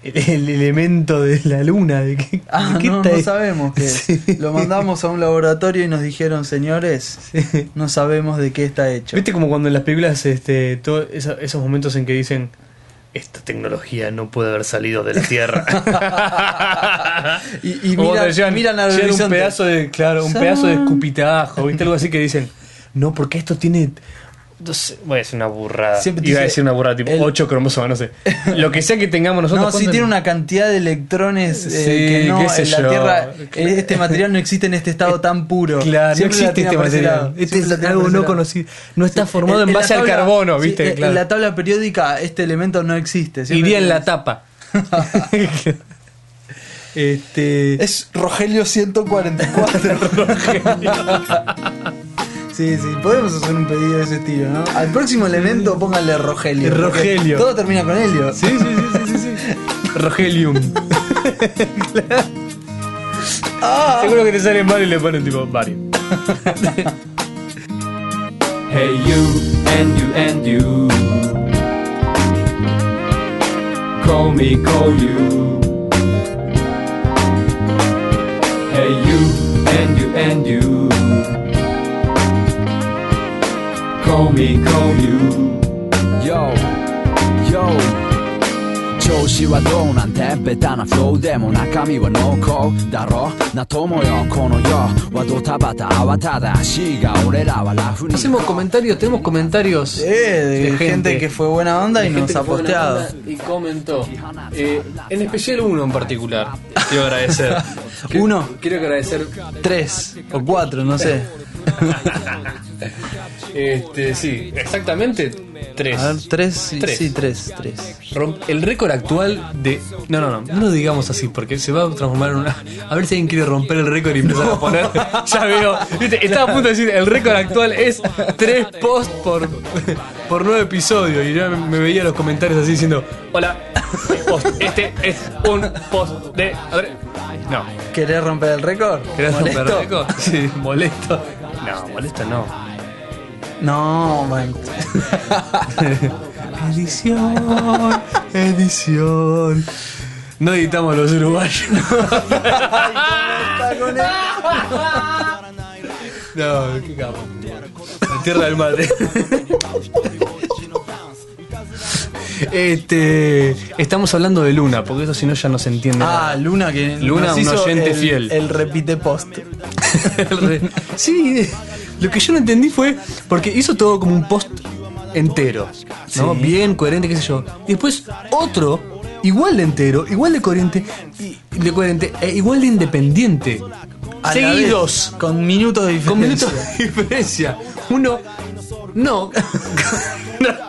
Speaker 1: el, el elemento de la luna. ¿De qué,
Speaker 2: Ah,
Speaker 1: de qué
Speaker 2: no,
Speaker 1: está
Speaker 2: no
Speaker 1: ahí?
Speaker 2: sabemos qué. es.
Speaker 1: Sí.
Speaker 2: Lo mandamos a un laboratorio y nos dijeron, señores,
Speaker 1: Sí.
Speaker 2: no sabemos de qué está hecho.
Speaker 1: ¿Viste como cuando en las películas, este, todo esa- esos momentos en que dicen, esta tecnología no puede haber salido de la Tierra?
Speaker 2: Y, y
Speaker 1: O
Speaker 2: mira-
Speaker 1: cuando llegan-
Speaker 2: miran al
Speaker 1: llegan un
Speaker 2: horizonte.
Speaker 1: pedazo de, claro, un
Speaker 2: Sa-
Speaker 1: pedazo de escupitajo, ¿viste? Algo así que dicen, no, porque esto tiene... no sé, voy a decir una burrada.
Speaker 2: Siempre te
Speaker 1: Iba a
Speaker 2: dice
Speaker 1: decir una burrada, tipo
Speaker 2: el-
Speaker 1: 8 cromosomas, no sé. Lo que sea que tengamos nosotros.
Speaker 2: No, sí
Speaker 1: ¿cuándo-
Speaker 2: tiene una cantidad de electrones eh,
Speaker 1: Sí,
Speaker 2: que no,
Speaker 1: qué sé
Speaker 2: en la
Speaker 1: yo. Eh,
Speaker 2: Tierra eh, este material no existe en este estado tan puro.
Speaker 1: Claro, no
Speaker 2: Siempre la
Speaker 1: existe
Speaker 2: tiene
Speaker 1: este
Speaker 2: por ese lado.
Speaker 1: material. Este
Speaker 2: Siempre la
Speaker 1: es
Speaker 2: tiene
Speaker 1: algo
Speaker 2: por ese
Speaker 1: no
Speaker 2: lado.
Speaker 1: conocido. No está
Speaker 2: Sí,
Speaker 1: formado en,
Speaker 2: la
Speaker 1: base al
Speaker 2: tabla-
Speaker 1: carbono,
Speaker 2: sí,
Speaker 1: ¿viste?
Speaker 2: en-
Speaker 1: claro.
Speaker 2: En la tabla periódica este elemento no existe. siempre
Speaker 1: Iría en
Speaker 2: tiene-
Speaker 1: la tapa. este.
Speaker 2: Es Rogelio 144. sí, sí, podemos hacer un pedido de ese estilo, ¿no? Al próximo elemento pónganle Rogelio.
Speaker 1: El
Speaker 2: porque
Speaker 1: Rogelio.
Speaker 2: Todo termina con Helio.
Speaker 1: Sí, sí, sí, sí, sí, sí. Rogelium.
Speaker 2: Ah.
Speaker 1: Seguro que te salen varios y le ponen tipo varios.
Speaker 5: Hey you and you and you Call me call you Hey you and you and you Call me call you
Speaker 6: よよ調子はどうなんてベタなフローでも中身は濃厚だろなともよこの世はドタバタ慌ただしいが俺らはラフに
Speaker 7: Hacemos comentarios, tenemos comentarios.
Speaker 2: Eh, de
Speaker 7: De
Speaker 2: gente,
Speaker 7: gente.
Speaker 2: que fue buena onda y
Speaker 7: Gente
Speaker 2: nos
Speaker 7: que
Speaker 2: ha
Speaker 7: fue
Speaker 2: posteado.
Speaker 7: una banda Y comentó. Eh, en especial uno en particular. Quiero agradecer. Quiero-
Speaker 2: Uno.
Speaker 7: Quiero agradecer.
Speaker 2: Tres o cuatro, no sé.
Speaker 7: Este, sí, exactamente tres.
Speaker 2: A ver, tres,
Speaker 7: Tres.
Speaker 2: sí, tres, tres.
Speaker 7: Rom- El récord actual de. No, no, no. No lo digamos así porque se va a transformar en una. A ver si alguien quiere romper el récord y empezar a poner. ya veo. Viste, Estaba a punto de decir: el récord actual es tres posts por, por nueve episodios. Y yo me- me veía los comentarios así diciendo: Hola, post, este es un post de. A ver. No.
Speaker 2: ¿Querés romper el récord?
Speaker 7: ¿Querés romper el
Speaker 2: ¿Molesto?
Speaker 7: récord? Sí, molesto. No, molesto no.
Speaker 2: No, man.
Speaker 7: Edición, edición. No editamos los uruguayos.
Speaker 2: Está con él.
Speaker 3: No, qué capo. La tierra del mate.
Speaker 1: Este, estamos hablando de Luna, porque eso si no ya no se entiende.
Speaker 2: Ah,
Speaker 1: nada.
Speaker 2: Luna que
Speaker 1: Luna,
Speaker 2: nos
Speaker 1: un
Speaker 2: hizo
Speaker 1: oyente
Speaker 2: el-
Speaker 1: fiel.
Speaker 2: El repite post.
Speaker 1: sí, lo que yo no entendí fue porque hizo todo como un post entero, ¿no?
Speaker 2: Sí.
Speaker 1: Bien coherente, qué sé yo. Y después otro igual de entero, igual de coherente, y- de coherente, e igual de independiente.
Speaker 2: A la
Speaker 1: Seguidos
Speaker 2: vez, con minutos de
Speaker 1: con
Speaker 2: diferencia.
Speaker 1: minutos de diferencia. Uno no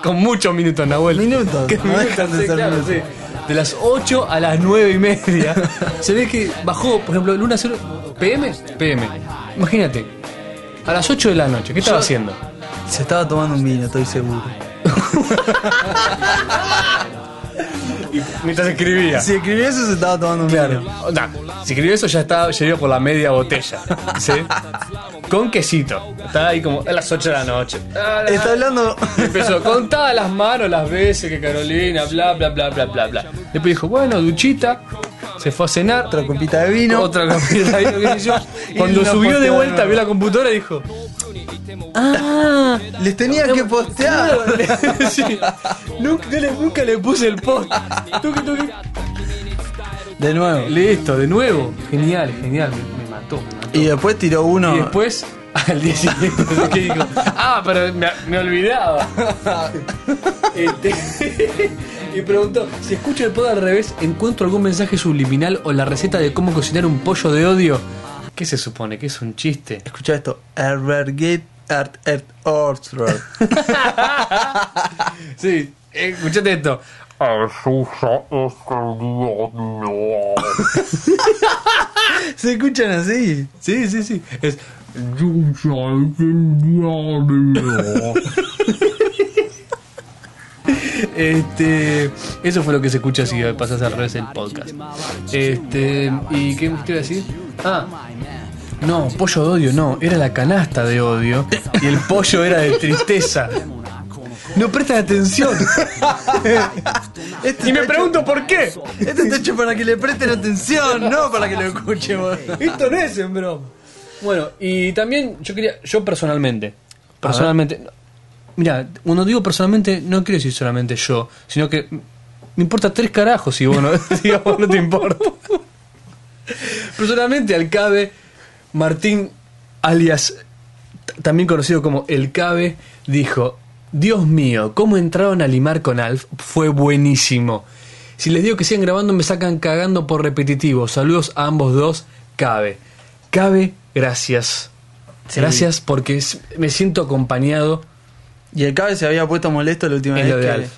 Speaker 1: con muchos minutos, Nahuel.
Speaker 2: Minutos,
Speaker 1: Que
Speaker 2: no
Speaker 1: minutos,
Speaker 2: dejan de
Speaker 1: sí,
Speaker 2: ser
Speaker 1: claro,
Speaker 2: minutos.
Speaker 1: sí. De las 8 a las 9 y media. se ve que bajó, por ejemplo, Luna 0 PM, PM. Imagínate. A las 8 de la noche, ¿qué estaba haciendo?
Speaker 2: Se estaba tomando un vino, estoy seguro.
Speaker 1: Mientras escribía.
Speaker 2: Si escribió eso, se estaba tomando un vino.
Speaker 1: Nah, si escribió eso ya estaba ya iba por la media botella. ¿sí? Con quesito. Estaba ahí como a las 8 de la noche. A las-
Speaker 2: Está hablando.
Speaker 1: Empezó, contaba las manos las veces que Carolina, bla, bla, bla, bla, bla, bla. Después dijo, bueno, duchita, se fue a cenar,
Speaker 2: Otra copita de vino.
Speaker 1: otra comida, ahí, qué sé yo.
Speaker 2: Y
Speaker 1: Cuando
Speaker 2: no
Speaker 1: subió de
Speaker 2: posteó
Speaker 1: vuelta,
Speaker 2: nada.
Speaker 1: vio la computadora y dijo,
Speaker 2: Les tenía que postear.
Speaker 1: sí, nunca, yo le- nunca le puse el post. Tuqui, tuqui.
Speaker 2: De nuevo.
Speaker 1: Listo, de nuevo. Genial, genial, me, me mató, me mató.
Speaker 2: Y después tiró uno.
Speaker 1: Y después, al día siguiente, no sé qué dijo, ah, pero me, me olvidaba. Este, y preguntó, si escucho el pod al revés, ¿encuentro algún mensaje subliminal o la receta de cómo cocinar un pollo de odio? ¿Qué se supone? ¿Que es un chiste?
Speaker 2: Escucha esto. Herbert Gate Art Art Orchard.
Speaker 1: Sí, escuchate esto.
Speaker 2: ¿Se escuchan así?
Speaker 1: Sí, sí, sí. Es, Este, eso fue lo que se escucha si pasas al revés el podcast. Este, ¿y qué me quiero decir? Ah, no, pollo de odio no, era la canasta de odio y el pollo era de tristeza. No prestas atención.
Speaker 2: Este
Speaker 1: Y me
Speaker 2: está
Speaker 1: pregunto por qué.
Speaker 2: hecho- Este está hecho para que le presten atención, no para que lo escuchen. boludo.
Speaker 1: Esto no es en broma. Bueno, y también yo quería, yo personalmente, personalmente, mira, cuando digo personalmente, no quiero decir solamente yo, sino que me importa tres carajos si vos no, si a vos no te importa. Personalmente al Cabe, Martín, alias, t- también conocido como El Cabe, dijo, Dios mío, cómo entraron a limar con Alf, fue buenísimo. Si les digo que sigan grabando me sacan cagando por repetitivo. Saludos a ambos dos, Cabe. Cabe, gracias. Gracias porque s- me siento acompañado.
Speaker 2: Y el cabe se había puesto molesto la última
Speaker 1: Es
Speaker 2: vez.
Speaker 1: lo de
Speaker 2: que-
Speaker 1: Alf.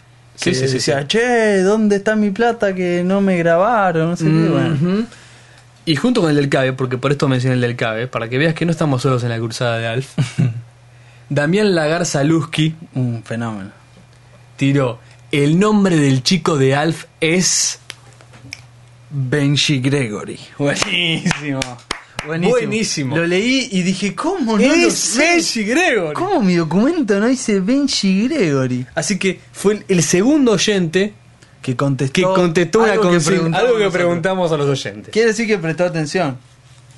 Speaker 1: Sí,
Speaker 2: que
Speaker 1: sí, sí,
Speaker 2: decía,
Speaker 1: sí.
Speaker 2: che, ¿dónde está mi plata que no me grabaron? No sé
Speaker 1: Mm.
Speaker 2: qué. Bueno,
Speaker 1: Ujú. Y junto con el del CABE, porque por esto mencioné el del CABE, para que veas que no estamos solos en la cruzada de Alf, Damián Lagarza Lusky
Speaker 2: un fenómeno.
Speaker 1: tiró, el nombre del chico de Alf es...
Speaker 2: Benji Gregory. Buenísimo. Buenísimo.
Speaker 1: Buenísimo.
Speaker 2: Lo leí y dije, ¿cómo no? lo sé?
Speaker 1: Gregory.
Speaker 2: ¿Cómo mi documento no dice Benji Gregory?
Speaker 1: Así que fue el- el segundo oyente
Speaker 2: Que contestó,
Speaker 1: que contestó una
Speaker 2: algo que
Speaker 1: consigna,
Speaker 2: preguntamos
Speaker 1: algo que
Speaker 2: nosotros.
Speaker 1: preguntamos a los oyentes.
Speaker 2: Quiere decir que prestó atención.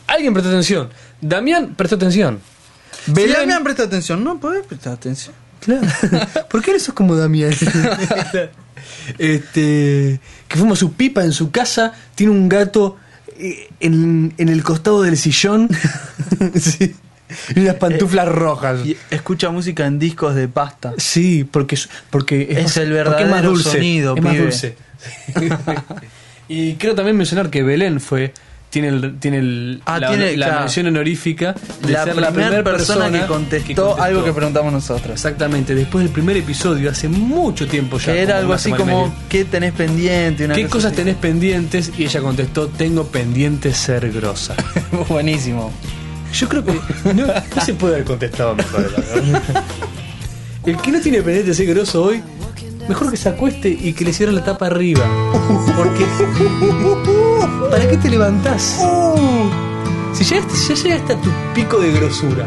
Speaker 1: Alguien prestó atención. Damián prestó atención.
Speaker 2: Si
Speaker 1: Belén-
Speaker 2: la mía presta atención, no podés prestar atención.
Speaker 1: Claro. ¿Por qué eres sos como Damián? este, que fuma su pipa en su casa, tiene un gato eh, en, en el costado del sillón Eh, Sí. y unas pantuflas rojas.
Speaker 2: Y escucha música en discos de pasta.
Speaker 1: Sí, porque es, porque
Speaker 2: Es
Speaker 1: más-
Speaker 2: el
Speaker 1: porque más
Speaker 2: verdadero
Speaker 1: dulce,
Speaker 2: sonido,
Speaker 1: es más
Speaker 2: pibe.
Speaker 1: dulce. y quiero también mencionar que Belén fue tiene el, tiene el-
Speaker 2: Ah,
Speaker 1: la,
Speaker 2: tiene,
Speaker 1: la
Speaker 2: claro.
Speaker 1: mención honorífica de
Speaker 2: La
Speaker 1: ser
Speaker 2: primera
Speaker 1: la primera
Speaker 2: persona, que, contestó algo que preguntamos nosotros.
Speaker 1: Exactamente, después del primer episodio, hace mucho tiempo ya.
Speaker 2: Que era
Speaker 1: como
Speaker 2: algo
Speaker 1: una
Speaker 2: así
Speaker 1: semana y
Speaker 2: como,
Speaker 1: media.
Speaker 2: ¿qué tenés pendiente? Una
Speaker 1: ¿Qué
Speaker 2: cosa
Speaker 1: cosas
Speaker 2: así.
Speaker 1: tenés pendientes? Y ella contestó, tengo pendiente ser grosa.
Speaker 2: Buenísimo.
Speaker 1: Yo creo que no, no se puede haber contestado mejor. la verdad. El que no tiene pendiente ser groso hoy, mejor que se acueste y que le cierren la tapa arriba. Porque. ¿Para qué te levantás? Si ya, ya llegaste a tu pico de grosura.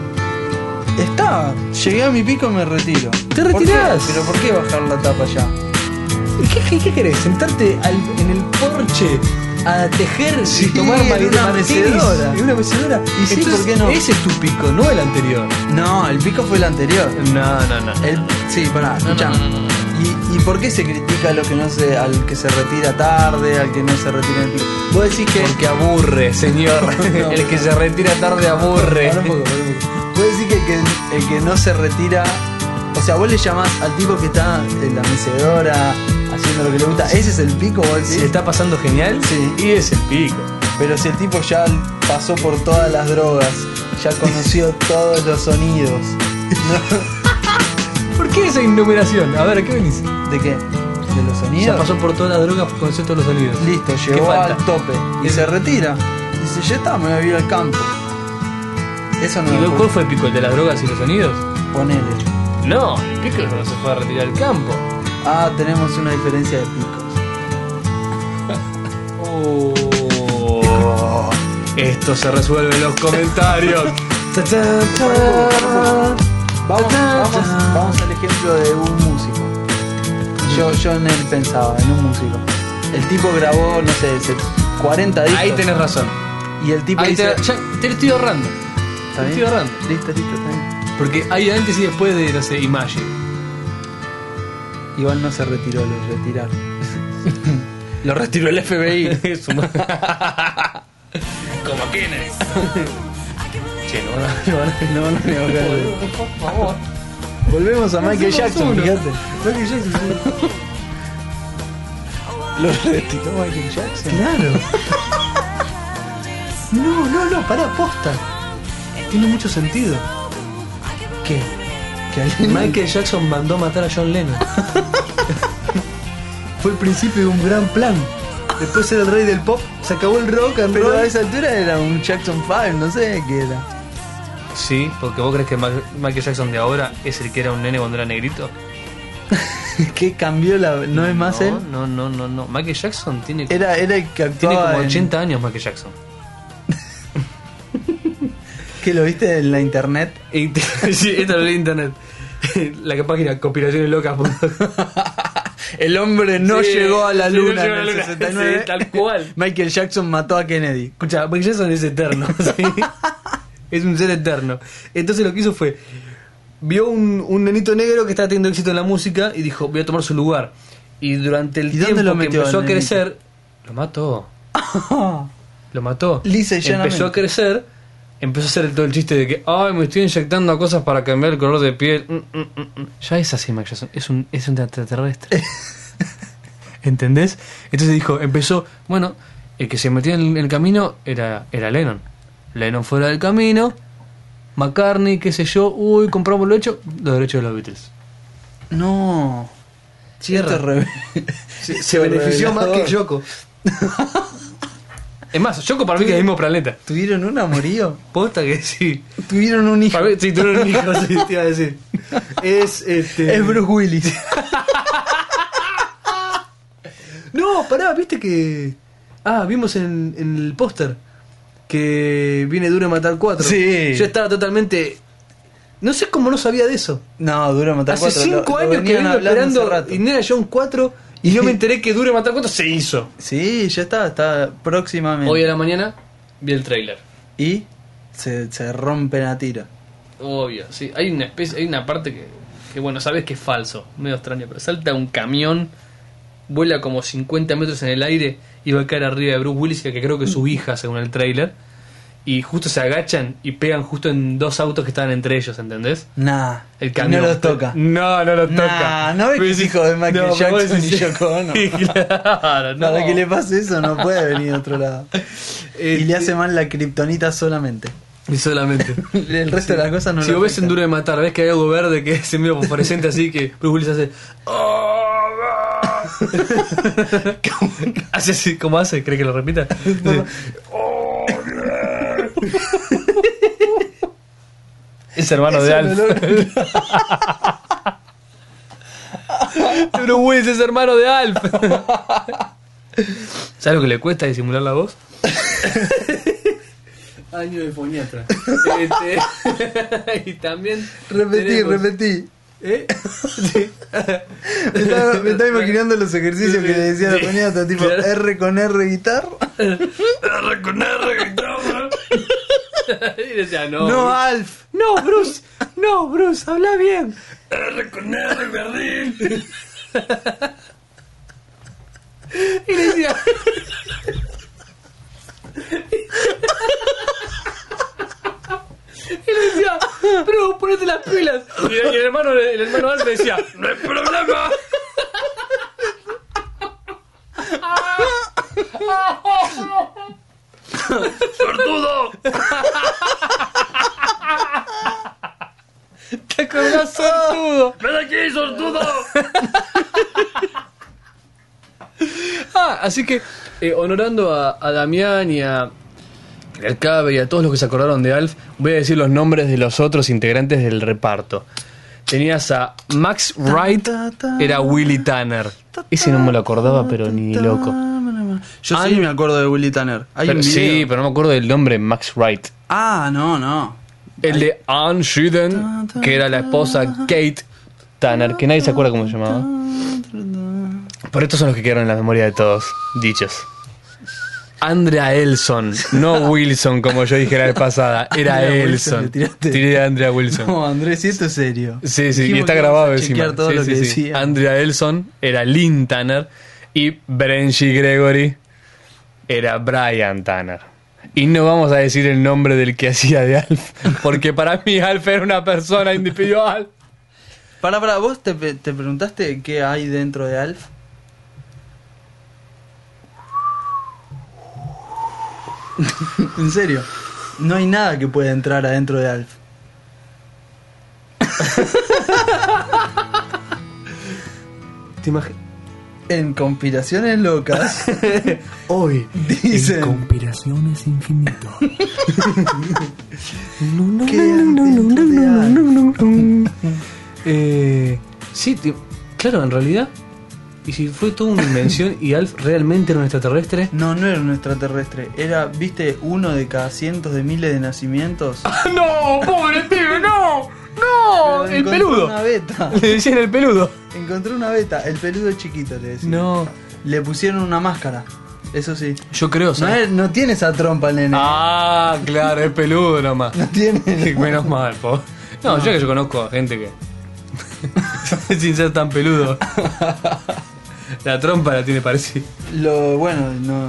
Speaker 2: Está, llegué a mi pico y me retiro.
Speaker 1: ¿Te
Speaker 2: ¿Por qué?
Speaker 1: retirás?
Speaker 2: ¿Pero por qué bajar la tapa ya?
Speaker 1: ¿Qué, qué- qué querés? ¿Sentarte al- en el porche
Speaker 2: a tejer
Speaker 3: Sí,
Speaker 2: y tomar
Speaker 3: en
Speaker 2: mate-
Speaker 3: una
Speaker 2: matecedora.
Speaker 3: tenis, En una mecedora.
Speaker 2: Y sí, ¿por qué no?
Speaker 3: Ese es tu pico, no el anterior.
Speaker 2: No, el pico fue el anterior.
Speaker 3: No, no, no.
Speaker 2: El- sí, pará, escuchame.
Speaker 3: no, no, no,
Speaker 2: ¿Y, ¿Y por qué se critica a lo que no se, al que se retira tarde, al que no se retira en pico? Vos decís que.
Speaker 1: Porque aburre, señor.
Speaker 2: No.
Speaker 1: El que se retira tarde aburre.
Speaker 2: Pará un poco, pará un poco. Vos decís que el, que el que no se retira. O sea, vos le llamás al tipo que está en la mecedora, haciendo lo que le gusta. ¿Ese es el pico, vos decís?
Speaker 1: Si le está pasando genial,
Speaker 2: Sí.
Speaker 1: y es el pico.
Speaker 2: Pero si el tipo ya pasó por todas las drogas, ya conoció todos los sonidos.
Speaker 1: ¿Por qué esa innumeración? A ver, ¿qué venís?
Speaker 2: ¿De qué? ¿De los
Speaker 1: Ya
Speaker 2: sonidos?
Speaker 1: pasó por toda la droga, conoció todos los sonidos.
Speaker 2: Listo,
Speaker 1: ¿Qué
Speaker 2: llegó
Speaker 1: falta?
Speaker 2: al tope y se retira. Dice, ya está, me voy a vivir al campo. Eso no
Speaker 1: ¿Y
Speaker 2: lo
Speaker 1: cuál fue el pico? ¿El de las drogas y los sonidos?
Speaker 2: Ponele.
Speaker 1: No, el pico es cuando se fue a retirar al campo.
Speaker 2: Ah, tenemos una diferencia de picos.
Speaker 1: Oh, esto se resuelve en los comentarios. Ta, ta, ta.
Speaker 2: Vamos, vamos, vamos al ejemplo de un músico. Yo, yo en él pensaba, en un músico. El tipo grabó, no sé, se- 40 discos.
Speaker 1: Ahí tenés razón.
Speaker 2: Y el tipo
Speaker 1: Ahí
Speaker 2: dice,
Speaker 1: te, ya, te lo estoy ahorrando.
Speaker 2: "Está
Speaker 1: Te lo
Speaker 2: bien,
Speaker 1: estoy ahorrando.
Speaker 2: Listo, listo, está bien.
Speaker 1: Porque hay antes y después de, no sé, Imagine.
Speaker 2: Igual no se retiró, lo retiraron. lo retiró el FBI.
Speaker 1: Eso, ma- Como Kennedy. Che, no, no, no, no.
Speaker 2: No, no, no, no.
Speaker 1: Por favor.
Speaker 2: Volvemos a Michael
Speaker 1: Somos
Speaker 2: Jackson,
Speaker 1: uno.
Speaker 2: fíjate. Michael Jackson. Lo retiró Michael Jackson.
Speaker 3: Claro. no, no, no, pará, posta. Tiene mucho sentido. ¿Qué?
Speaker 2: Que alguien-
Speaker 3: Michael Jackson mandó matar a John Lennon. Fue el principio de un gran plan. Después era el rey del pop, se acabó el rock and
Speaker 2: Pero a
Speaker 3: roll.
Speaker 2: esa altura era un Jackson 5, no sé qué era.
Speaker 1: Sí, porque vos crees que Ma- Michael Jackson de ahora es el que era un nene cuando era negrito.
Speaker 2: ¿Qué cambió la.? ¿No es más él?
Speaker 1: No, no, no, no. Michael Jackson tiene,
Speaker 2: Era, era el que
Speaker 1: tiene
Speaker 2: actuaba.
Speaker 1: como
Speaker 2: en-
Speaker 1: 80 años Michael Jackson.
Speaker 2: ¿Qué lo viste en la internet?
Speaker 1: Y- sí, esto lo leí en internet. La que página conspiracioneslocas.com.
Speaker 2: El hombre no
Speaker 1: Sí,
Speaker 2: llegó a la
Speaker 1: sí, no
Speaker 2: luna
Speaker 1: llegó
Speaker 2: en
Speaker 1: a la
Speaker 2: el
Speaker 1: luna.
Speaker 2: 69.
Speaker 1: Sí, tal cual.
Speaker 2: Michael Jackson mató a Kennedy.
Speaker 1: Escucha, Michael Jackson es eterno. ¿sí? es un ser eterno. Entonces lo que hizo fue. Vio un, un nenito negro que estaba teniendo éxito en la música y dijo: Voy a tomar su lugar. Y durante el
Speaker 2: ¿Y dónde
Speaker 1: tiempo
Speaker 2: lo
Speaker 1: que
Speaker 2: metió
Speaker 1: empezó
Speaker 2: al
Speaker 1: a
Speaker 2: nenito?
Speaker 1: crecer, lo mató. Lo mató.
Speaker 2: Lisa y llanamente.
Speaker 1: Empezó a crecer. Empezó a hacer el- todo el chiste de que, ay, me estoy inyectando cosas para cambiar el color de piel. Mm, mm, mm, mm. Ya es así, Mike Jackson. Es un, es un extraterrestre. ¿Entendés? Entonces dijo, empezó, bueno, el que se metía en el camino era, era Lennon. Lennon fuera del camino, McCartney, qué sé yo, uy, compramos lo hecho, los derechos de los Beatles.
Speaker 2: No.
Speaker 1: Cierra.
Speaker 2: Esto es re-
Speaker 3: Se,
Speaker 2: Esto es revelador.
Speaker 3: Yoko.
Speaker 1: Es más, Yoko para mí que es el mismo planeta.
Speaker 2: ¿Tuvieron un amorío?
Speaker 1: Posta que sí.
Speaker 2: Tuvieron un hijo.
Speaker 1: Para mí, sí, tuvieron un hijo, sí, te iba a decir.
Speaker 3: Es este.
Speaker 2: Es Bruce Willis.
Speaker 3: No, pará, viste que. Ah, vimos en, en el póster que viene Duro a matar cuatro.
Speaker 2: Sí.
Speaker 3: Yo estaba totalmente. No sé cómo no sabía de eso.
Speaker 2: No, duro matar
Speaker 3: Hace
Speaker 2: cuatro. lo-
Speaker 3: cinco
Speaker 2: lo
Speaker 3: años que
Speaker 2: venían
Speaker 3: vengo
Speaker 2: hablando hace
Speaker 3: esperando
Speaker 2: rato.
Speaker 3: Indiana Jones 4 y no me enteré que Duro a matar 4 se hizo.
Speaker 2: Sí, ya está, está próximamente.
Speaker 1: Hoy a la mañana vi el trailer.
Speaker 2: Y se, se rompen a tiro.
Speaker 1: Obvio, sí. Hay una especie, hay una parte que, que, bueno, sabes que es falso, medio extraño, pero salta un camión, vuela como 50 metros en el aire y va a caer arriba de Bruce Willis, que creo que es su hija, según el tráiler. Y justo se agachan y pegan justo en dos autos que estaban entre ellos, ¿entendés?
Speaker 2: Nah.
Speaker 1: El camión.
Speaker 2: No los toca.
Speaker 1: No, no los
Speaker 2: Nah,
Speaker 1: toca.
Speaker 2: ¿no ves que
Speaker 1: Pero sí-
Speaker 2: es hijo de Michael
Speaker 1: pero
Speaker 2: Jackson
Speaker 1: vos decís-
Speaker 2: y Yoko Ono?
Speaker 1: Sí, claro, no.
Speaker 2: Para que le pase eso no puede venir de otro lado. y le
Speaker 1: Este-
Speaker 2: hace mal la kriptonita solamente.
Speaker 1: Y solamente.
Speaker 2: El resto de las cosas Este, no
Speaker 1: si
Speaker 2: lo
Speaker 1: lo ves en
Speaker 2: afecta.
Speaker 1: Duro de Matar, ves que hay algo verde que se medio fosforescente así que Bruce Willis hace. "Oh, hace así, ¿cómo hace? ¿Cree que lo repita? "Oh, es hermano de Alf. Bruce Willis es hermano de Alf. ¿Sabes lo que le cuesta disimular la voz? Año de foniatra. Este, y también.
Speaker 2: Repetí,
Speaker 1: tenemos-
Speaker 2: repetí.
Speaker 1: ¿Eh? Sí.
Speaker 2: Me estaba, me estaba imaginando los ejercicios que le decía la poniata, tipo
Speaker 1: Claro.
Speaker 2: R con R guitar.
Speaker 1: Y decía, no.
Speaker 2: No, Alf.
Speaker 1: No, Bruce. No, Bruce, habla bien. R con R, Y le decía. Y le decía, Bruce, ponete las pilas. Y el, y el hermano, el hermano Alf le decía, no hay problema. Te acordás, sortudo.
Speaker 8: ¡Ven aquí, sortudo!
Speaker 1: Ah, así que eh, honorando a, a Damián y a y al Cabe y a todos los que se acordaron de Alf, voy a decir los nombres de los otros integrantes del reparto. Tenías a Max Wright, era Willy Tanner. Ese no me lo acordaba, pero ni loco.
Speaker 2: Yo
Speaker 1: Alf.
Speaker 2: sí me acuerdo de Willy Tanner. Hay
Speaker 1: Pero-
Speaker 2: un video.
Speaker 1: sí, pero no me acuerdo del nombre Max Wright.
Speaker 2: Ah, no, no.
Speaker 1: El de Anne Shiden, que era la esposa Kate Tanner, que nadie se acuerda cómo se llamaba. Pero estos son los que quedaron en la memoria de todos, dichos. Andrea Elson, no Wilson, como yo dije la vez pasada, era
Speaker 2: Andrea Wilson,
Speaker 1: Elson.
Speaker 2: le tiraste.
Speaker 1: Tiré a Andrea Wilson.
Speaker 2: No, Andrés, si esto es serio.
Speaker 1: Sí, sí, y
Speaker 2: Dijimos
Speaker 1: está
Speaker 2: que
Speaker 1: grabado
Speaker 2: íbamos a
Speaker 1: encima.
Speaker 2: chequear todo
Speaker 1: Sí,
Speaker 2: lo
Speaker 1: sí,
Speaker 2: que
Speaker 1: sí.
Speaker 2: decía.
Speaker 1: Andrea Elson era Lynn Tanner y Brenji Gregory era Brian Tanner. Y no vamos a decir el nombre del que hacía de Alf, porque para mí Alf era una persona individual.
Speaker 2: Para, para, vos te, pe- te preguntaste qué hay dentro de Alf. en serio, no hay nada que pueda entrar adentro de Alf.
Speaker 1: ¿Te imagi-
Speaker 2: En conspiraciones locas,
Speaker 1: Hoy,
Speaker 2: dicen
Speaker 9: Conspiraciones infinitas.
Speaker 2: que adentro de Alf.
Speaker 1: eh, sí, te- claro, en realidad. Y si fue toda una invención y Alf realmente era un extraterrestre.
Speaker 2: No, no era un extraterrestre. Era, viste, uno de cada cientos de miles de nacimientos.
Speaker 1: ¡No! ¡Pobre tío! ¡No! ¡No!
Speaker 2: Pero
Speaker 1: Ah, ¡El
Speaker 2: encontró Una
Speaker 1: peludo!
Speaker 2: beta.
Speaker 1: Le decían el peludo.
Speaker 2: Encontré una beta. El peludo chiquito, le decía.
Speaker 1: No.
Speaker 2: Le pusieron una máscara. Eso sí.
Speaker 1: Yo creo,
Speaker 2: No,
Speaker 1: ¿sabes?
Speaker 2: es- no tiene esa trompa, nene.
Speaker 1: Ah, claro, es peludo nomás.
Speaker 2: No tiene.
Speaker 1: Menos mal, po. No, yo que yo conozco a gente que. sin ser tan peludo. la trompa la tiene parecida.
Speaker 2: Lo bueno, no.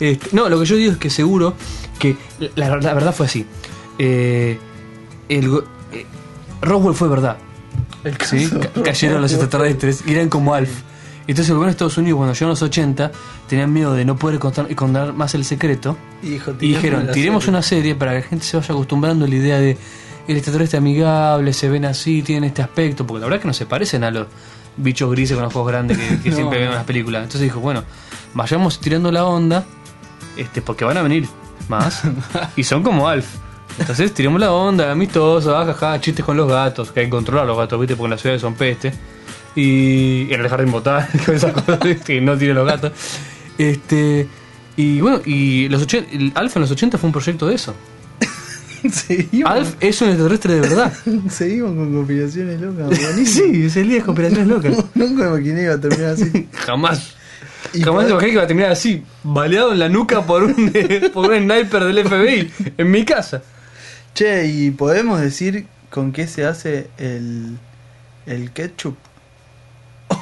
Speaker 1: Este, no, lo que yo digo es que seguro que la, la verdad fue así. Eh, el, go- eh, Roswell fue verdad.
Speaker 2: El
Speaker 1: ¿sí?
Speaker 2: caso.
Speaker 1: Ca- cayeron los extraterrestres y eran como Alf. Entonces el gobierno de Estados Unidos cuando llegaron los 80 tenían miedo de no poder contar, contar más el secreto
Speaker 2: Hijo,
Speaker 1: y dijeron, tiremos una serie para que la gente se vaya acostumbrando a la idea de el extraterrestre amigable, se ven así, tienen este aspecto, porque la verdad es que no se parecen a los bichos grises con los ojos grandes que, que siempre ven en las películas. Entonces dijo, bueno, vayamos tirando la onda, este, porque van a venir más, y son como Alf. Entonces tiramos la onda, amistoso, ajaja, chistes con los gatos, que hay que controlar a los gatos, viste, porque en las ciudades son peste. Y en el jardín botánico, esas cosas que no tienen los gatos. Este. Y bueno, y los ochen- el Alf en los 80 fue un proyecto de eso.
Speaker 2: seguimos,
Speaker 1: Alf es un extraterrestre de verdad.
Speaker 2: seguimos con conspiraciones locas. buenísimo.
Speaker 1: sí, es el día de conspiraciones locas.
Speaker 2: Nunca me imaginé que iba a terminar así.
Speaker 1: Jamás.
Speaker 2: Y
Speaker 1: Jamás
Speaker 2: pod-
Speaker 1: imaginé que iba a terminar así, baleado en la nuca por un, por un sniper del FBI en mi casa.
Speaker 2: Che, ¿y podemos decir con qué se hace el, el ketchup?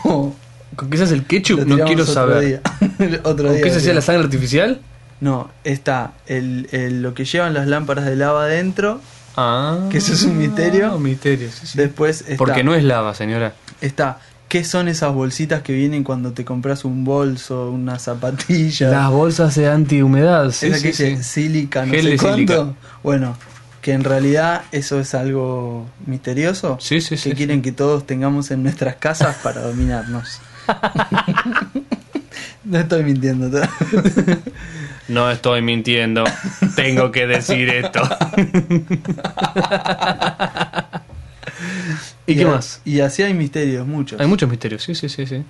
Speaker 2: Oh,
Speaker 1: ¿Con qué se hace el
Speaker 2: lo
Speaker 1: ketchup? No
Speaker 2: tiramos
Speaker 1: quiero
Speaker 2: otro
Speaker 1: saber.
Speaker 2: día. otro
Speaker 1: ¿Con
Speaker 2: día.
Speaker 1: qué se hacía
Speaker 2: lo
Speaker 1: la sangre artificial?
Speaker 2: No, está el, el- lo que llevan las lámparas de lava adentro.
Speaker 1: Ah.
Speaker 2: Que eso es un misterio.
Speaker 1: Un misterio, sí, sí.
Speaker 2: Después está,
Speaker 1: Porque no es lava, señora.
Speaker 2: está, ¿qué son esas bolsitas que vienen cuando te compras un bolso, una zapatilla?
Speaker 1: Las bolsas de antihumedad. Sí,
Speaker 2: Esa que
Speaker 1: sí, sí.
Speaker 2: dice sílica, no
Speaker 1: Gel
Speaker 2: sé
Speaker 1: de sílica.
Speaker 2: cuánto. Bueno, que en realidad eso es algo misterioso.
Speaker 1: Sí, sí,
Speaker 2: que
Speaker 1: sí.
Speaker 2: quieren que todos tengamos en nuestras casas para dominarnos. no estoy mintiendo. to-
Speaker 8: No estoy mintiendo. Tengo que decir esto.
Speaker 1: ¿Y qué
Speaker 2: a-
Speaker 1: más?
Speaker 2: Y así hay misterios, muchos.
Speaker 1: Hay muchos misterios, sí, sí, sí, sí.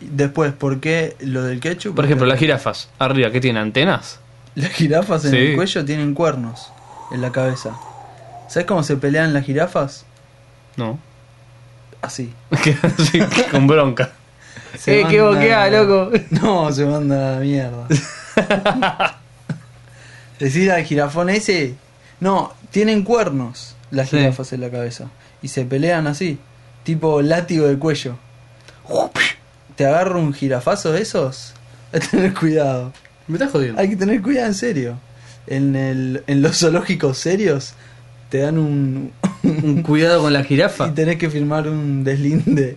Speaker 2: Después, ¿por qué lo del ketchup?
Speaker 1: Por ejemplo, las jirafas, arriba, ¿qué tienen? ¿Antenas?
Speaker 2: Las jirafas en
Speaker 1: Sí.
Speaker 2: el cuello tienen cuernos en la cabeza. ¿Sabes cómo se pelean las jirafas?
Speaker 1: No.
Speaker 2: así.
Speaker 10: Sí, con bronca.
Speaker 2: Se
Speaker 10: eh, qué
Speaker 2: manda-
Speaker 10: boquea, loco.
Speaker 2: No, se manda a la mierda. Decís al jirafón ese. No, tienen cuernos las
Speaker 1: Sí.
Speaker 2: jirafas en la cabeza. Y se pelean así. Tipo látigo de cuello. Te agarra un jirafazo de esos. Hay que tener cuidado.
Speaker 1: Me estás jodiendo.
Speaker 2: Hay que tener cuidado en serio. En, el, en los zoológicos serios te dan un.
Speaker 1: Un cuidado con la
Speaker 2: y
Speaker 10: Ah.
Speaker 1: jirafa.
Speaker 2: tenés que firmar un deslinde.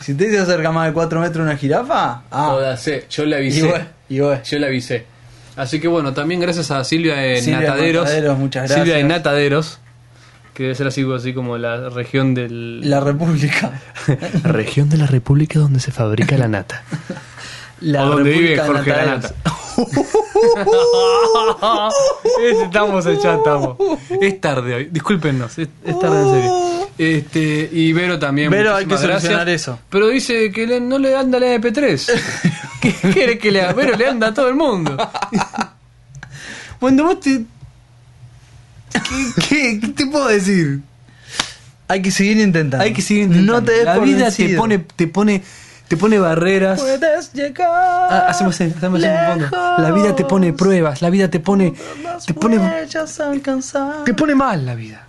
Speaker 2: si te se acerca más de 4 metros una jirafa. Ah,
Speaker 1: Joda, sé, yo le
Speaker 2: y
Speaker 1: avisé.
Speaker 2: bueno, y bueno.
Speaker 1: Yo le avisé. Así que bueno, también gracias a Silvia de
Speaker 2: Silvia de
Speaker 1: Nataderos.
Speaker 2: Nataderos, muchas
Speaker 1: Silvia de
Speaker 2: gracias.
Speaker 1: Nataderos, que debe ser así, así como la región del.
Speaker 2: La República.
Speaker 10: Región de la República donde se fabrica la nata.
Speaker 2: La
Speaker 10: o donde vive
Speaker 2: República de
Speaker 10: Jorge la
Speaker 2: Nataderos.
Speaker 10: nata. Ese estamos, ya estamos. Es tarde hoy, discúlpenos, es, es tarde en serio. Este, y Vero también.
Speaker 2: Vero, hay que
Speaker 10: muchísimas
Speaker 2: solucionar eso.
Speaker 1: Pero dice que le- no le anda la MP3. ¿Qué quiere que le haga? Pero le anda a todo el mundo.
Speaker 2: Bueno, vos te... ¿Qué, qué, qué te puedo decir? Hay que seguir intentando.
Speaker 1: Hay que seguir intentando.
Speaker 2: No te des
Speaker 1: La
Speaker 2: por
Speaker 1: vida te
Speaker 2: vencido.
Speaker 1: pone, te pone, te pone barreras.
Speaker 2: Puedes llegar
Speaker 1: Ah, hacemos, hacemos un fondo. La vida te pone pruebas, la vida te pone,
Speaker 2: Las
Speaker 1: te pone,
Speaker 2: huellas a alcanzar.
Speaker 1: te pone mal la vida.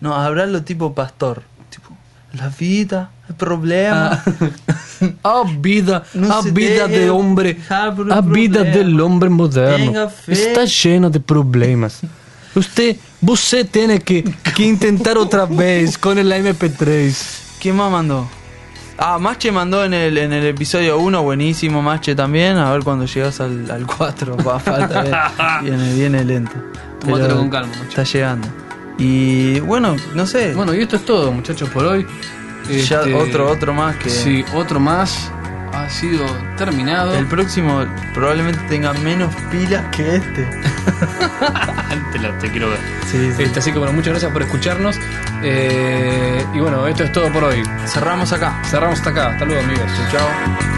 Speaker 2: No, hablarlo tipo pastor. Tipo, la vida, el problema.
Speaker 1: Ah, vida,
Speaker 2: No
Speaker 1: ah,
Speaker 2: se
Speaker 1: vida
Speaker 2: deje
Speaker 1: de hombre,
Speaker 2: abrir
Speaker 1: ah, vida
Speaker 2: problemas.
Speaker 1: del hombre moderno.
Speaker 2: Tenga fe.
Speaker 1: Está lleno de problemas. Usted, usted tiene que, que intentar otra vez con el MP3.
Speaker 2: ¿Quién más mandó? Ah, Mache mandó en el, en el episodio 1, buenísimo Mache también. A ver cuando llegas al, al 4, va, falta ver. Viene, viene lento.
Speaker 1: Tómatelo
Speaker 2: Pero
Speaker 1: con calma, Mache.
Speaker 2: Está llegando. Y bueno, no sé.
Speaker 1: Bueno, y esto es todo, muchachos, por hoy.
Speaker 2: ya
Speaker 1: Este,
Speaker 2: otro, otro más que.
Speaker 1: Sí, otro más ha sido terminado.
Speaker 2: El próximo probablemente tenga menos pilas que este.
Speaker 10: Te, la- te quiero ver.
Speaker 2: Sí, sí.
Speaker 1: Este, así que bueno, muchas gracias por escucharnos. Eh, y bueno, esto es todo por hoy.
Speaker 2: Cerramos acá.
Speaker 1: Cerramos hasta acá. Hasta luego, amigos.
Speaker 2: Chao.